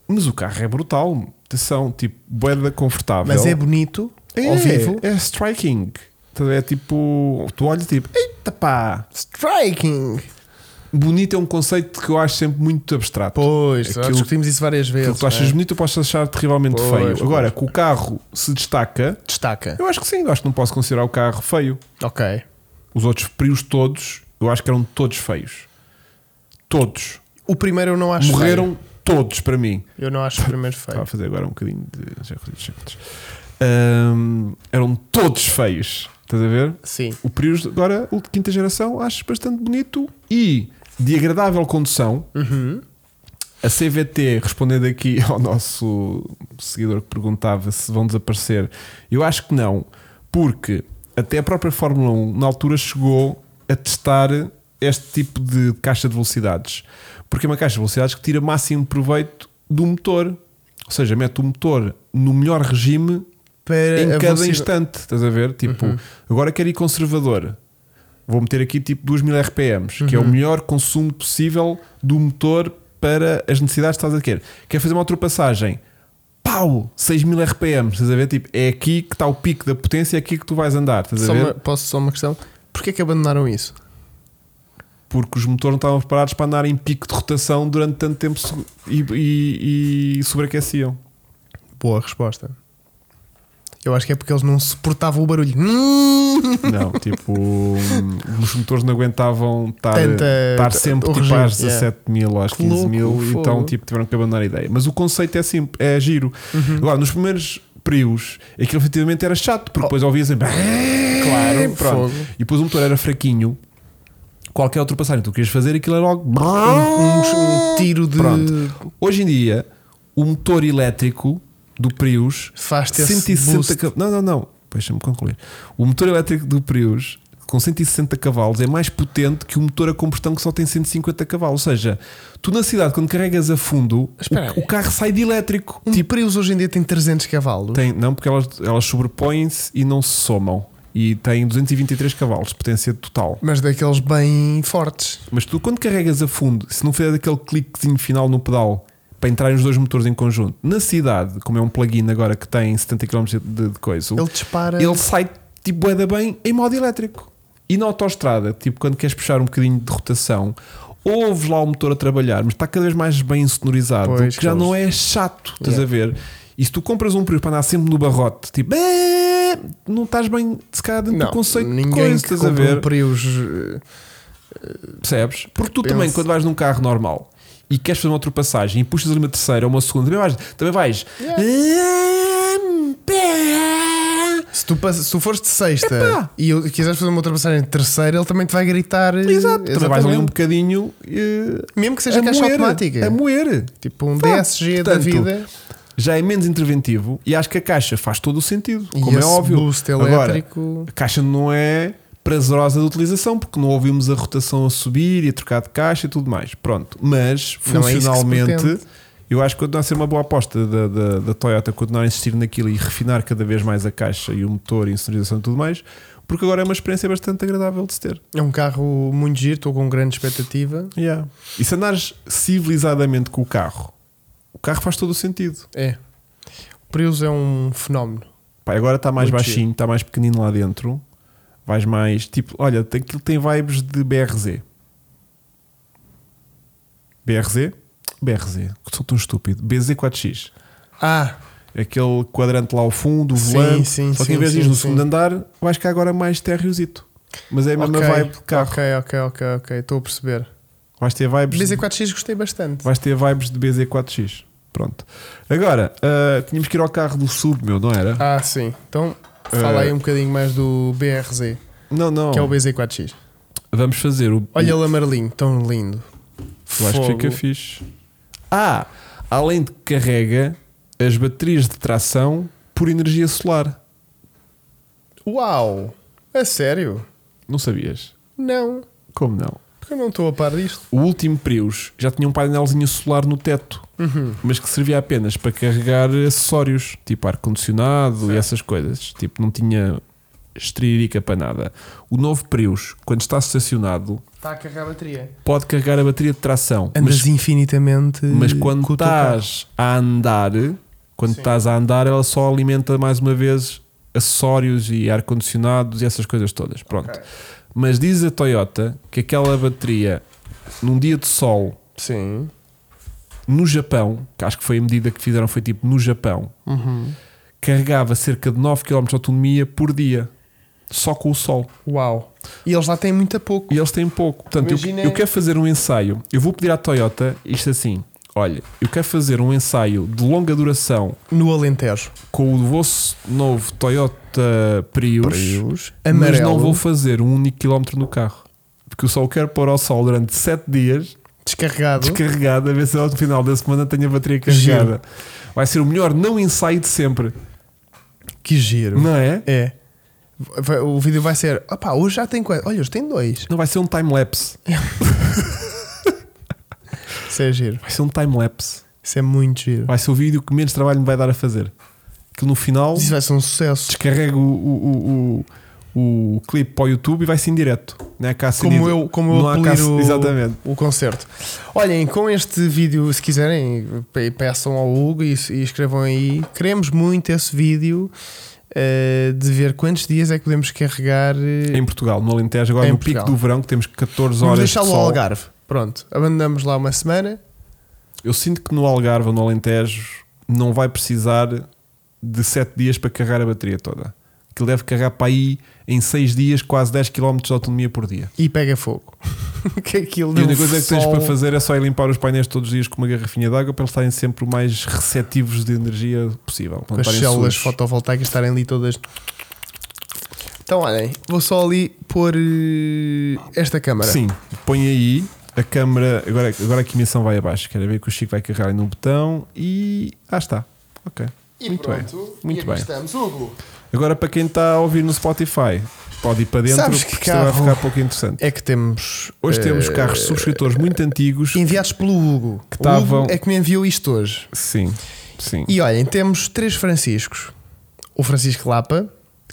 A: Mas o carro é brutal. Atenção, tipo, boeda confortável.
B: Mas é bonito
A: É,
B: ao vivo.
A: É striking. Então É tipo, tu olhas tipo, eita pá,
B: Striking!
A: bonito é um conceito que eu acho sempre muito abstrato.
B: Pois, já
A: Aquilo-
B: discutimos isso várias
A: Aquilo
B: vezes.
A: que tu achas
B: não é?
A: bonito, eu posso achar terrivelmente
B: Pois,
A: feio.
B: pois.
A: Agora, que o carro se destaca,
B: Destaca.
A: eu acho que sim, eu acho que não posso considerar o carro feio.
B: Ok.
A: Os outros prios todos, eu acho que eram todos feios. Todos.
B: O primeiro eu não acho.
A: Morreram todos para mim.
B: feio. Eu não acho o primeiro
A: Estava a
B: feio.
A: fazer agora um bocadinho de. já corri os chapéus. Ahm, eram todos feios. Estás a ver?
B: Sim.
A: O Prius, agora, o de quinta geração, acho bastante bonito e de agradável condução.
B: Uhum.
A: A CVT, respondendo aqui ao nosso seguidor que perguntava se vão desaparecer, eu acho que não, porque até a própria Fórmula 1 na altura chegou a testar este tipo de caixa de velocidades, porque é uma caixa de velocidades que tira máximo proveito do motor, ou seja, mete o motor no melhor regime
B: Para
A: em
B: a
A: cada
B: velocidade-
A: instante, estás a ver? Tipo,
B: Uhum.
A: agora quero ir conservador. Vou meter aqui tipo 2000 RPMs,
B: Uhum.
A: que é o melhor consumo possível do motor para as necessidades que estás a adquirir. Quer fazer uma ultrapassagem? Pau! 6000 RPMs, estás a ver? Tipo, é aqui que está o pico da potência, é aqui que tu vais andar, estás
B: Só
A: a ver?
B: uma- posso só uma questão? Porquê que abandonaram isso?
A: Porque os motores não estavam preparados para andar em pico de rotação durante tanto tempo so- e, e- e sobreaqueciam.
B: Boa resposta. Eu acho que é porque eles não suportavam o barulho. Hum!
A: Não, tipo, hum, os motores não aguentavam estar,
B: Tanta-
A: estar sempre
B: o
A: tipo,
B: regime,
A: às 17 mil, às
B: Que
A: 15
B: louco,
A: mil,
B: fogo.
A: então tipo, tiveram que abandonar a ideia. Mas o conceito é simples, é giro.
B: Uhum.
A: Agora, nos primeiros Prius, aquilo efetivamente era chato, porque depois ouvias sempre.
B: Claro,
A: pronto.
B: fogo.
A: E depois o motor era fraquinho, qualquer ultrapassagem que tu querias fazer, aquilo era logo.
B: Um, um tiro de.
A: Pronto. Hoje em dia, o motor elétrico do Prius
B: Faz-te esse
A: 160
B: é boost.
A: cavalos. Não, não, não. Deixa-me concluir. O motor elétrico do Prius com 160 cavalos é mais potente que o motor a combustão que só tem 150 cavalos. Ou seja, tu na cidade, quando carregas a fundo,
B: Espera
A: o,
B: aí.
A: o carro sai de elétrico.
B: Um Prius hoje em dia tem 300 cavalos.
A: Tipo- Tem, não, porque elas, elas sobrepõem-se e não se somam. E tem 223 cavalos de potência total.
B: Mas daqueles bem fortes.
A: Mas tu, quando carregas a fundo, se não fizer aquele cliquezinho final no pedal para entrarem os dois motores em conjunto. Na cidade, como é um plug-in agora que tem 70 km de, de coisa,
B: Ele dispara.
A: ele sai tipo bué da bem em modo elétrico. E na autoestrada, tipo quando queres puxar um bocadinho de rotação, ouves lá o motor a trabalhar, mas está cada vez mais bem sonorizado,
B: Pois,
A: que já
B: claro.
A: não é chato, estás
B: Yeah.
A: a ver? E se tu compras um Prius para andar sempre no barrote, tipo, "Eh", não estás bem, se calhar, dentro do um conceito de
B: ninguém
A: coisa,
B: que
A: estás a
B: compra um
A: ver?
B: Prius, eh,
A: Percebes? Porque tu
B: Penso.
A: também, quando vais num carro normal e queres fazer uma ultrapassagem e puxas ali uma terceira ou uma segunda, também vais. Também vais
B: Yeah.
A: "Ah, pé".
B: se, tu, pass- se tu fores de sexta
A: Epá!
B: e eu- quiseres fazer uma ultrapassagem de terceira, ele também te vai gritar. eh,
A: Exato, também vais ali um
B: exatamente.
A: bocadinho eh,
B: Mesmo que seja
A: a
B: caixa
A: moer,
B: automática.
A: A moer.
B: Tipo um
A: Pá,
B: DSG da
A: portanto,
B: vida.
A: Já é menos interventivo e acho que a caixa faz todo o sentido,
B: E
A: como é
B: esse
A: óbvio.
B: boost
A: Agora,
B: elétrico.
A: A caixa não é prazerosa de utilização porque não ouvimos a rotação a subir e a trocar de caixa e tudo mais. Pronto, mas
B: Não é isso que se
A: funcionalmente
B: pretende.
A: eu acho que continua a ser uma boa aposta da, da, da Toyota continuar a insistir naquilo e refinar cada vez mais a caixa e o motor e a sonorização e tudo mais, porque agora é uma experiência bastante agradável de se ter.
B: É um carro muito giro, estou com grande expectativa.
A: Yeah. E se andares civilizadamente com o carro, o carro faz todo o sentido.
B: É. O Prius é um fenómeno.
A: Pá, agora está mais
B: Muito
A: baixinho, está mais pequenino lá dentro. Vais mais tipo, olha, tem- aquilo tem vibes de BRZ. BRZ? BRZ, que sou tão estúpido. BZ4X.
B: Ah,
A: Aquele quadrante lá ao fundo, o
B: Sim,
A: volante.
B: sim,
A: Só que
B: sim,
A: em vez de ir
B: sim,
A: no
B: sim.
A: segundo andar, vais cá agora mais térreozito. Mas é a mesma
B: ok,
A: vibe de carro.
B: Ok, ok, ok, ok, estou a perceber.
A: Vais ter vibes. de-
B: BZ4X gostei bastante.
A: Vais ter vibes de BZ4X. Pronto. Agora, ah, tínhamos que ir ao carro do sub, meu, não era?
B: Ah, sim. Então, fala
A: Eh,
B: aí um bocadinho mais do BRZ,
A: não, não.
B: que é o BZ4X.
A: Vamos fazer o.
B: Olha ele amarelinho, tão lindo.
A: Eu acho que fica
B: Fogo.
A: fixe. Ah, além de que carrega as baterias de tração por energia solar.
B: Uau! A sério?
A: Não sabias?
B: Não,
A: Como não?
B: porque eu não estou a par disto.
A: O último Prius já tinha um painelzinho solar no teto,
B: Uhum.
A: mas que servia apenas para carregar acessórios, tipo ar-condicionado e essas coisas. Tipo, não tinha estririca para nada. O novo Prius, quando está estacionado,
B: Está a carregar a bateria.
A: pode carregar a bateria de tração, mas
B: Andas infinitamente.
A: Mas quando
B: com o teu carro.
A: estás a andar, quando
B: Sim.
A: estás a andar, ela só alimenta mais uma vez acessórios e ar-condicionados e essas coisas todas. Pronto.
B: Ok.
A: Mas diz a Toyota que aquela bateria, num dia de sol,
B: Sim.
A: no Japão, que acho que foi a medida que fizeram, foi tipo no Japão,
B: Uhum.
A: carregava cerca de 9 km de autonomia por dia. Só com o sol.
B: Uau! E eles lá têm muito a pouco.
A: E eles têm pouco. Portanto, eu-
B: Imagina-
A: eu, quero fazer um ensaio. Eu vou pedir à Toyota isto assim: olha, eu quero fazer um ensaio de longa duração
B: No Alentejo.
A: com o vosso novo Toyota Prius, mas
B: Amarelo.
A: não vou fazer um único quilómetro no carro. Porque eu só o quero pôr ao sol durante 7 dias,
B: Descarregado.
A: descarregado, a ver se ao final da semana tenho a bateria carregada. Vai ser o melhor não ensaio de sempre,
B: Que giro.
A: não é?
B: É. Vai- O vídeo vai ser. Opá, hoje já tem quanto? Olha, hoje tem dois.
A: Não vai ser um time-lapse.
B: Isso é giro.
A: Vai ser um time-lapse.
B: Isso é muito giro.
A: Vai ser o vídeo que menos trabalho me vai dar a fazer. Que no final
B: Isso vai ser um sucesso.
A: descarrego o, o, o, o, o clipe para o YouTube e vai ser em direto. Não é cá
B: Como eu, como eu
A: não há cá-
B: apelir o,
A: Exatamente.
B: o concerto. Olhem, com este vídeo, se quiserem, pe- peçam ao Hugo e, e escrevam aí. Queremos muito esse vídeo eh, de ver quantos dias é que podemos carregar. eh,
A: Em Portugal, no Alentejo, agora
B: Em
A: no
B: Portugal.
A: pico do verão, que temos 14
B: Vamos
A: horas de
B: deixá-lo ao
A: sol.
B: Algarve. Pronto, abandonamos lá uma semana.
A: Eu sinto que no Algarve ou no Alentejo não vai precisar de 7 dias para carregar a bateria toda. Que deve carregar para aí em 6 dias quase 10 km de autonomia por dia.
B: e pega fogo. que aquilo
A: E a
B: do
A: única coisa que tens
B: sol-
A: para fazer é só ir limpar os painéis todos os dias com uma garrafinha de água para eles estarem sempre o mais receptivos de energia possível.
B: Com as células fotovoltaicas estarem ali todas. Então, olhem, vou só ali pôr eh, esta câmara.
A: Sim, põe aí a câmara. Agora, agora que a emissão vai abaixo. Quero ver que o Chico vai carregar aí no botão e. Ah, está. Ok.
B: E
A: Muito
B: pronto,
A: bem.
B: e
A: Muito
B: aqui
A: bem.
B: estamos, Hugo.
A: Agora, para quem está a ouvir no Spotify, pode ir para dentro,
B: Sabes que
A: porque isto vai
B: carro?
A: ficar pouco interessante.
B: É que temos.
A: Hoje
B: eh,
A: temos carros subscritores muito antigos.
B: Enviados pelo Hugo.
A: Que
B: O Hugo
A: estavam-
B: é que me enviou isto hoje.
A: Sim, sim.
B: E olhem, temos três Franciscos. O Francisco Lapa,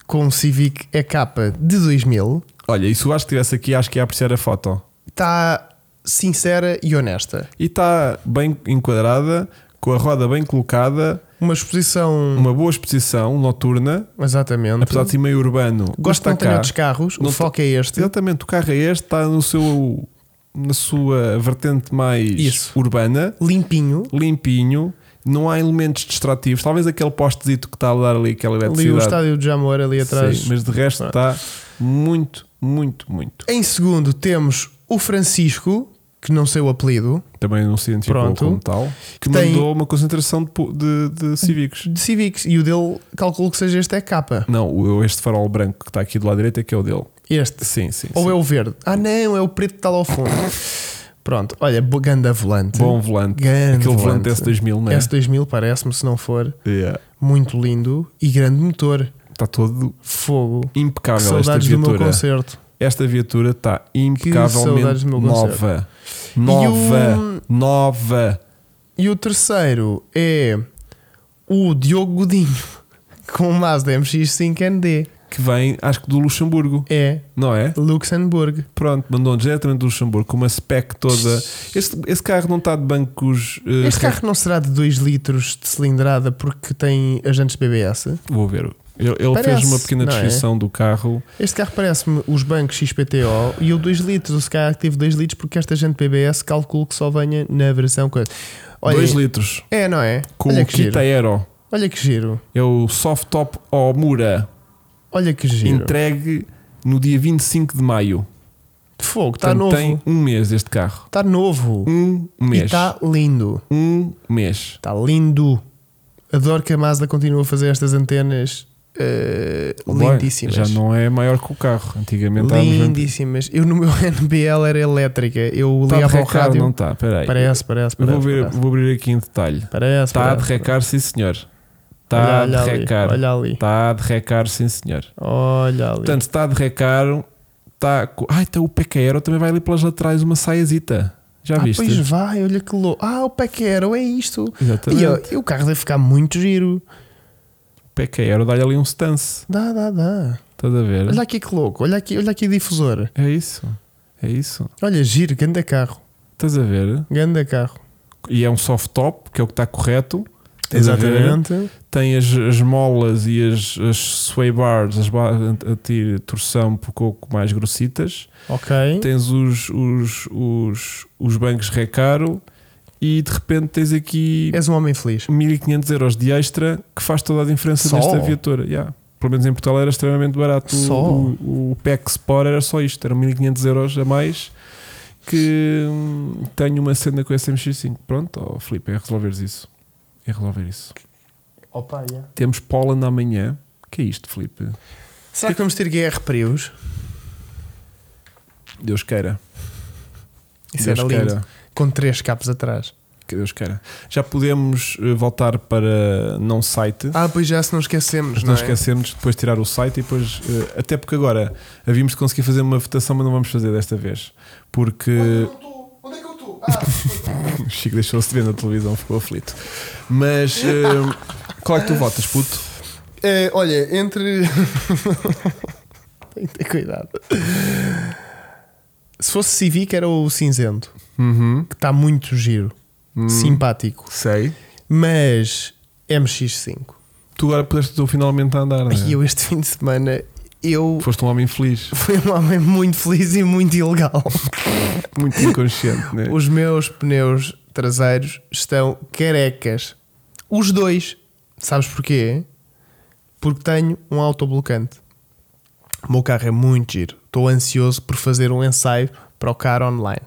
B: com um Civic EK de 2000.
A: Olha, e se o Vasco estivesse aqui, acho que ia apreciar a foto.
B: Está tá sincera e honesta.
A: E está bem enquadrada, com a roda bem colocada,
B: Uma exposição.
A: uma boa exposição noturna,
B: Exatamente.
A: apesar de ser meio urbano.
B: Gosto
A: está
B: de não ter
A: cá.
B: outros carros,
A: Não
B: o
A: te-
B: foco é este.
A: Exatamente, o carro é este, está no seu, na sua vertente mais
B: Isso.
A: urbana,
B: Limpinho.
A: limpinho, não há elementos distrativos. Talvez aquele postezito que está a dar ali aquela
B: Ali o
A: eletricidade.
B: estádio de Jamor, ali atrás.
A: É Sim, mas de resto
B: Ah.
A: está muito, muito, muito.
B: Em segundo temos o Francisco, que não sei o apelido,
A: Também não se identificou
B: Pronto.
A: como tal. Que
B: Tem-
A: mandou uma concentração de, pu- de- de cívicos.
B: de Civics, e o dele, calculo que seja este é capa.
A: Não, o- este farol branco que está aqui do lado direito é que é o dele.
B: Este.
A: Sim, sim.
B: Ou
A: sim.
B: é o verde? Ah, não, é o preto que está lá ao fundo. Pronto, olha, bo- ganda volante.
A: Bom volante.
B: Grande
A: Aquele volante
B: volante.
A: S2000, não é?
B: S2000 parece-me, se não for,
A: Yeah.
B: muito lindo e grande motor.
A: Está todo
B: Fogo. Que
A: impecável esta
B: saudades do meu
A: viatura.
B: concerto.
A: Esta viatura está
B: saudades
A: impecavelmente
B: do meu
A: nova. Nova.
B: E
A: Nova.
B: E o terceiro é o Diogo Godinho com o Mazda MX5ND.
A: Que vem, acho que do Luxemburgo,
B: É
A: não é?
B: Luxemburgo.
A: Pronto, mandou-nos diretamente do Luxemburgo com uma spec toda. Esse, esse carro não está de bancos. eh,
B: Este carro não será de 2 litros de cilindrada porque tem agentes BBS?
A: Vou ver. Ele, ele
B: Parece,
A: fez uma pequena
B: não é?
A: descrição do carro.
B: Este carro parece-me os bancos XPTO e o 2 litros, o Sky Active 2 litros, porque este agente BBS calculo que só venha na versão. coisa. Olha,
A: 2 litros.
B: É, não é?
A: Com
B: Olha
A: o
B: que
A: kit
B: giro.
A: aero.
B: Olha que giro.
A: É o soft top Omura.
B: Olha que giro.
A: Entregue no dia 25 de maio.
B: De fogo, está
A: Portanto,
B: Tá
A: Tem
B: novo.
A: um mês este carro.
B: Está novo.
A: Um
B: E tá
A: mês.
B: está lindo.
A: Um mês.
B: Está Tá lindo. Adoro que a Mazda continua a fazer estas antenas eh,
A: Boy,
B: lindíssimas.
A: Já não é maior que o carro. Antigamente estávamos bem-
B: Lindíssimas. Eu no meu NBL era elétrica. Eu
A: Está de
B: ligava ao
A: recar,
B: rádio.
A: Tá não está. Espera aí.
B: Parece, parece,
A: Eu
B: parece.
A: vou, ver,
B: parece.
A: vou Tá abrir aqui em detalhe.
B: Parece,
A: Está de
B: parece,
A: recar, sim senhor. Tá Está
B: parece.
A: de
B: olha, ali,
A: recar.
B: olha ali.
A: Está de recar, sim senhor.
B: Olha ali.
A: Tá. Portanto, tá está de recaro, está. co- Ah, então o Pequeiro também vai ali pelas laterais uma saiazita. Já
B: ah,
A: viste?
B: pois vai, olha que louco. Ah, o Paquero é isto.
A: Exatamente.
B: E, ó, e o carro deve ficar muito giro.
A: O Pequeiro dá-lhe ali um stance.
B: Dá, dá, dá.
A: Estás a ver?
B: Olha aqui que louco. Olha aqui, olha aqui difusor.
A: É isso. É isso.
B: Olha, giro, ganda carro.
A: Estás a ver?
B: Ganda carro.
A: E é um soft top, que é o que está correto. Estás a ver?
B: Exatamente.
A: Tem as, as molas e as, as sway bars, as barras a torção um pouco mais grossitas.
B: Ok.
A: Tens os, os, os, os bancos recaro e de repente tens aqui.
B: És um homem feliz.
A: 1500 euros de extra que faz toda a diferença
B: Só?
A: nesta viatura. Yeah. Pelo menos em Portugal era extremamente barato. O-
B: Só?
A: O, o PEC Sport era só isto, eram 1500 euros a mais que hum, tenho uma cena com o SMX5. Pronto, oh, Filipe, é resolveres isso. É resolver isso.
B: Opa, yeah.
A: Temos Poland amanhã. que é isto, Filipe?
B: Será que vamos ter GR Prius?
A: Deus queira.
B: Isso
A: Deus
B: era lindo.
A: queira.
B: Com três capos atrás.
A: Que Deus queira. Já podemos eh, voltar para não site.
B: Ah, pois já se não esquecemos,
A: Mas
B: não,
A: não
B: é?
A: esquecemos depois tirar o site e depois. eh, até porque agora havíamos de conseguir fazer uma votação, mas não vamos fazer desta vez. Porque
B: Onde é que eu Ah, estou?
A: o Chico deixou-se de ver na televisão, ficou aflito. Mas eh, qual é que tu votas, puto?
B: É, olha, entre. Tem que ter cuidado. Se fosse Civic, era o cinzento,
A: Uhum.
B: que está muito giro,
A: Hum.
B: simpático.
A: Sei.
B: Mas MX5.
A: Tu agora pudeste tu finalmente a andar, não é?
B: E eu este fim de semana, eu
A: Foste um homem feliz,
B: fui um homem muito feliz e muito ilegal.
A: muito inconsciente, né?
B: Os meus pneus traseiros estão carecas. Os dois. Sabes porquê? Porque tenho um autoblocante. O meu carro é muito giro. Estou ansioso por fazer um ensaio para o carro online.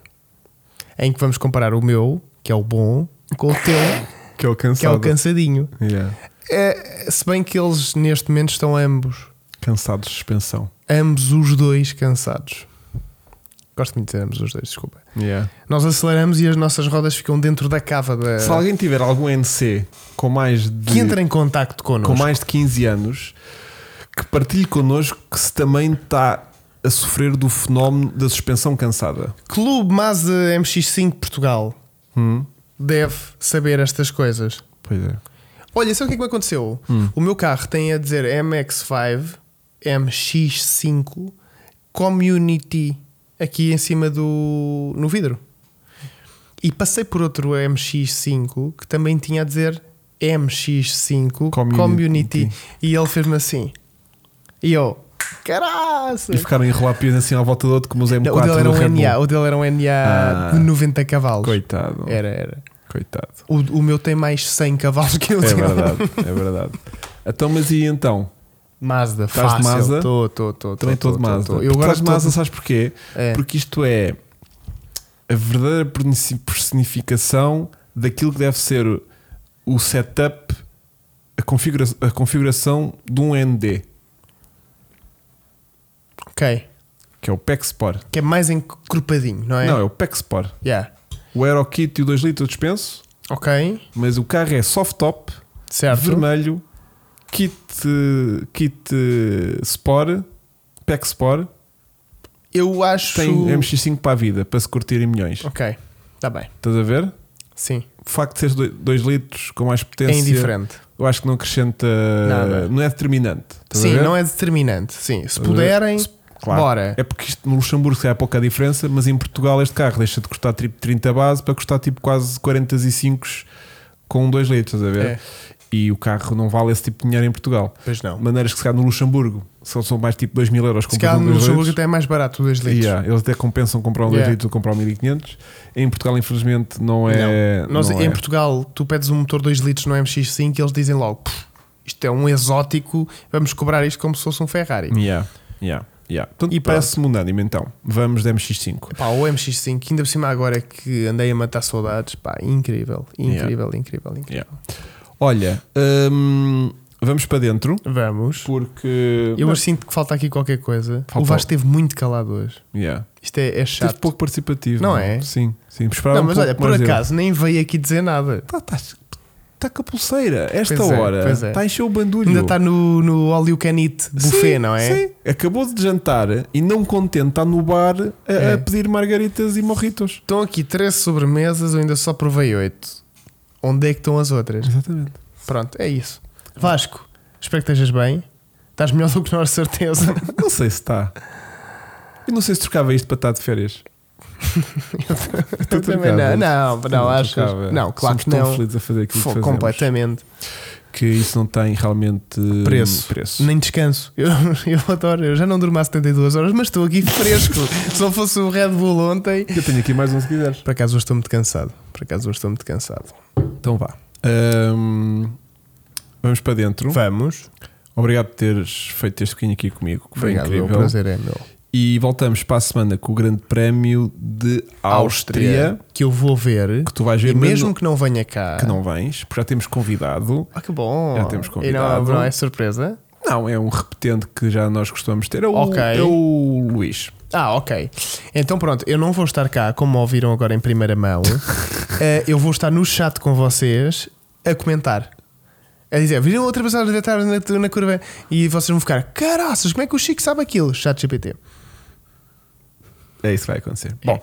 B: Em que vamos comparar o meu, que é o bom, com o teu,
A: Que é o
B: que é o
A: cansado.
B: cansadinho.
A: Yeah.
B: É, se bem que eles neste momento estão ambos,
A: Cansado de suspensão.
B: ambos os dois cansados. Gosto muito de dizer ambos os dois, desculpa.
A: Yeah.
B: Nós aceleramos e as nossas rodas ficam dentro da cava da.
A: Se alguém tiver algum NC com mais de.
B: Ah. que entra em contacto connosco.
A: com mais de 15 anos que partilhe connosco que se também está a sofrer do fenómeno da suspensão cansada.
B: Clube Mazda MX5 Portugal
A: Hum,
B: deve saber estas coisas.
A: pois é.
B: Olha, sabe o que é que me aconteceu?
A: Hum.
B: O meu carro tem a dizer MX5, MX5 Community aqui em cima do. no vidro. E passei por outro MX5 que também tinha a dizer MX5 Community.
A: Community.
B: E ele fez-me assim. E eu, caraças!
A: E ficaram enrolapidos assim à volta do outro, como os M4
B: Não, o dele era
A: do Red
B: um
A: Bull.
B: NA, o dele era um NA
A: Ah.
B: de 90 cavalos.
A: Coitado,
B: Era, era.
A: coitado.
B: O, o meu tem mais 100 cavalos que
A: É
B: eu tenho.
A: verdade, é verdade. Então, mas e então?
B: Mazda,
A: Estás de
B: fácil.
A: Mazda?
B: Tô, tô, tô, tô,
A: Também
B: tô,
A: estou de
B: tô,
A: Mazda.
B: tô.
A: Eu
B: Eu agora
A: de
B: tô-
A: Mazda, sabes porquê?
B: É.
A: Porque isto é a verdadeira pernici- personificação daquilo que deve ser o- o setup, a, configura a configuração de um ND,
B: Ok.
A: que é o PEC Sport.
B: Que é mais encrupadinho, não é?
A: Não, é o PEC Sport.
B: Yeah.
A: O AeroKit e o 2 litros eu dispenso,
B: Ok.
A: mas o carro é soft top,
B: Certo.
A: vermelho, kit, eh, kit eh, Sport, PEC Sport,
B: Eu acho.
A: tem MX5 para a vida, para se curtir em milhões.
B: Ok. Está bem.
A: Estás a ver?
B: Sim.
A: O facto de seres 2 litros com mais
B: É
A: potência.
B: indiferente.
A: Eu acho que não acrescenta.
B: Nada.
A: Não é determinante. Estás a
B: Sim,
A: ver?
B: não é determinante. Sim. Se
A: Estás a ver?
B: puderem,
A: Se- Claro.
B: bora.
A: É porque isto no Luxemburgo se calhar, há pouca diferença, mas em Portugal este carro deixa de custar tipo 30 base para custar tipo quase 45 com 2 litros, estás a ver?
B: É.
A: E o carro não vale esse tipo de dinheiro em Portugal.
B: Pois não.
A: Maneiras que se calhar no Luxemburgo são, são mais tipo 2 mil euros
B: Se
A: comprar
B: calhar
A: um
B: no
A: 2
B: jogo
A: litros.
B: até é mais barato, 2 litros.
A: Yeah, eles até compensam comprar um 2
B: Yeah.
A: litros ou comprar um 1500. Em Portugal, infelizmente, não é.
B: Nós,
A: não
B: em
A: é.
B: Portugal, tu pedes um motor 2 litros no MX5 e eles dizem logo: "Pff, isto é um exótico, vamos cobrar isto como se fosse um Ferrari.
A: Yeah, yeah, yeah. Portanto,
B: E
A: e parece-me unânime então. Vamos de MX5.
B: Pá, o MX5, que ainda por cima agora que andei a matar saudades, pá, incrível, incrível, incrível, incrível.
A: Yeah. Olha, hum, vamos para dentro
B: Vamos.
A: porque
B: Eu hoje sinto que falta aqui qualquer coisa.
A: Faltou.
B: O Vasco esteve muito calado hoje.
A: yeah.
B: Isto é, é
A: Teve
B: chato.
A: pouco participativo.
B: Não é?
A: Sim, sim. Esperava
B: Não, mas
A: um
B: olha,
A: pouco
B: por
A: mais dele.
B: acaso nem veio aqui dizer nada.
A: Tá, tá, tá com a pulseira. Esta
B: Pois é,
A: hora
B: pois é.
A: está a encher o bandulho.
B: Ainda está no, no All You Can Eat buffet,
A: Sim,
B: não é?
A: Sim, acabou de jantar e não contente está no bar a,
B: É.
A: a pedir margaritas e morritos.
B: Estão aqui 13 sobremesas, eu ainda só provei 8. Onde é que estão as outras?
A: Exatamente.
B: Pronto, é isso. Vasco, espero que estejas bem. Estás melhor do que nós, de certeza.
A: Não sei se está. Eu não sei se trocava isto para estar de férias.
B: Eu também não. Não, não, achas? Não, claro
A: Somos
B: que
A: tão
B: não.
A: felizes a fazer aquilo
B: Fô,
A: que fazemos.
B: completamente.
A: Que isso não tem realmente hum,
B: Preço.
A: preço.
B: Nem descanso. Eu, eu adoro. Eu já não durmo há 72 horas, mas estou aqui fresco. Se não fosse o Red Bull ontem.
A: Eu tenho aqui mais um se quiseres.
B: Por acaso hoje estou muito cansado. Por acaso hoje estou muito cansado.
A: Então vá. Hum, vamos para dentro.
B: Vamos.
A: Obrigado por teres feito este pequeno aqui comigo. que Foi
B: Obrigado,
A: incrível.
B: o prazer é meu.
A: E voltamos para a semana com o Grande Prémio de Áustria.
B: Áustria, que eu vou ver.
A: Que tu vais ver,
B: E
A: mas
B: mesmo
A: não-
B: que não venha cá.
A: que não vens, porque já temos convidado.
B: Ah, que bom.
A: Já temos
B: E não,
A: convidado.
B: não é surpresa?
A: Não, é um repetente que já nós costumamos ter. É o,
B: Ok.
A: é o Luís.
B: Ah, ok. Então pronto, eu não vou estar cá, como ouviram agora em primeira mão. Eh, eu vou estar no chat com vocês a comentar. A dizer, viram outra pessoa a deitar na, na curva e vocês vão ficar, caraças, como é que o Chico sabe aquilo? Chat GPT.
A: É isso que vai acontecer. Bom,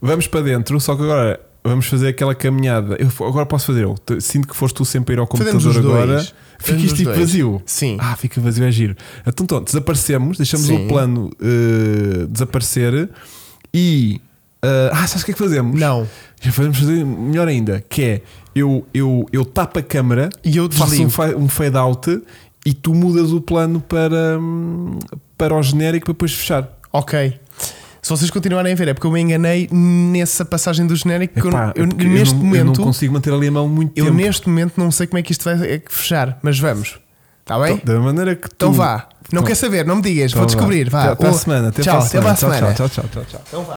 A: vamos para dentro, só que agora vamos fazer aquela caminhada. Eu f- agora posso fazer eu. Te- Sinto que foste tu sempre a ir ao
B: Fazemos
A: computador
B: os dois.
A: agora. Fica
B: Fazemos
A: isto
B: os
A: tipo
B: dois.
A: vazio.
B: Sim.
A: Ah, fica vazio, é giro. Então, então desaparecemos, deixamos
B: Sim.
A: o plano eh, desaparecer e. eh, ah, sabes o que é que fazemos?
B: Não.
A: Já fazemos fazer melhor ainda, que é eu, eu, eu tapo a câmera
B: E eu
A: faço um,
B: desligo.
A: fa- um fade out e tu mudas o plano para, hum, para o genérico para depois fechar.
B: Ok. Se vocês continuarem a ver, é porque eu me enganei nessa passagem do genérico. porque eu-
A: Epá,
B: eu,
A: é porque eu
B: neste
A: não- eu
B: momento,
A: não
B: eu,
A: consigo manter ali a mão muito tempo.
B: neste momento não sei como é que isto vai eh, fechar, mas vamos. Está bem?
A: Então, Da maneira que tu.
B: Então vá. Não
A: Então-
B: quer saber, não me digas,
A: Então
B: vou
A: vá.
B: descobrir. Vá.
A: Até, até a
B: Oh,
A: semana. Até
B: tchau,
A: para a semana.
B: Até para a semana.
A: Tchau, tchau, tchau, tchau. tchau.
B: Então vá.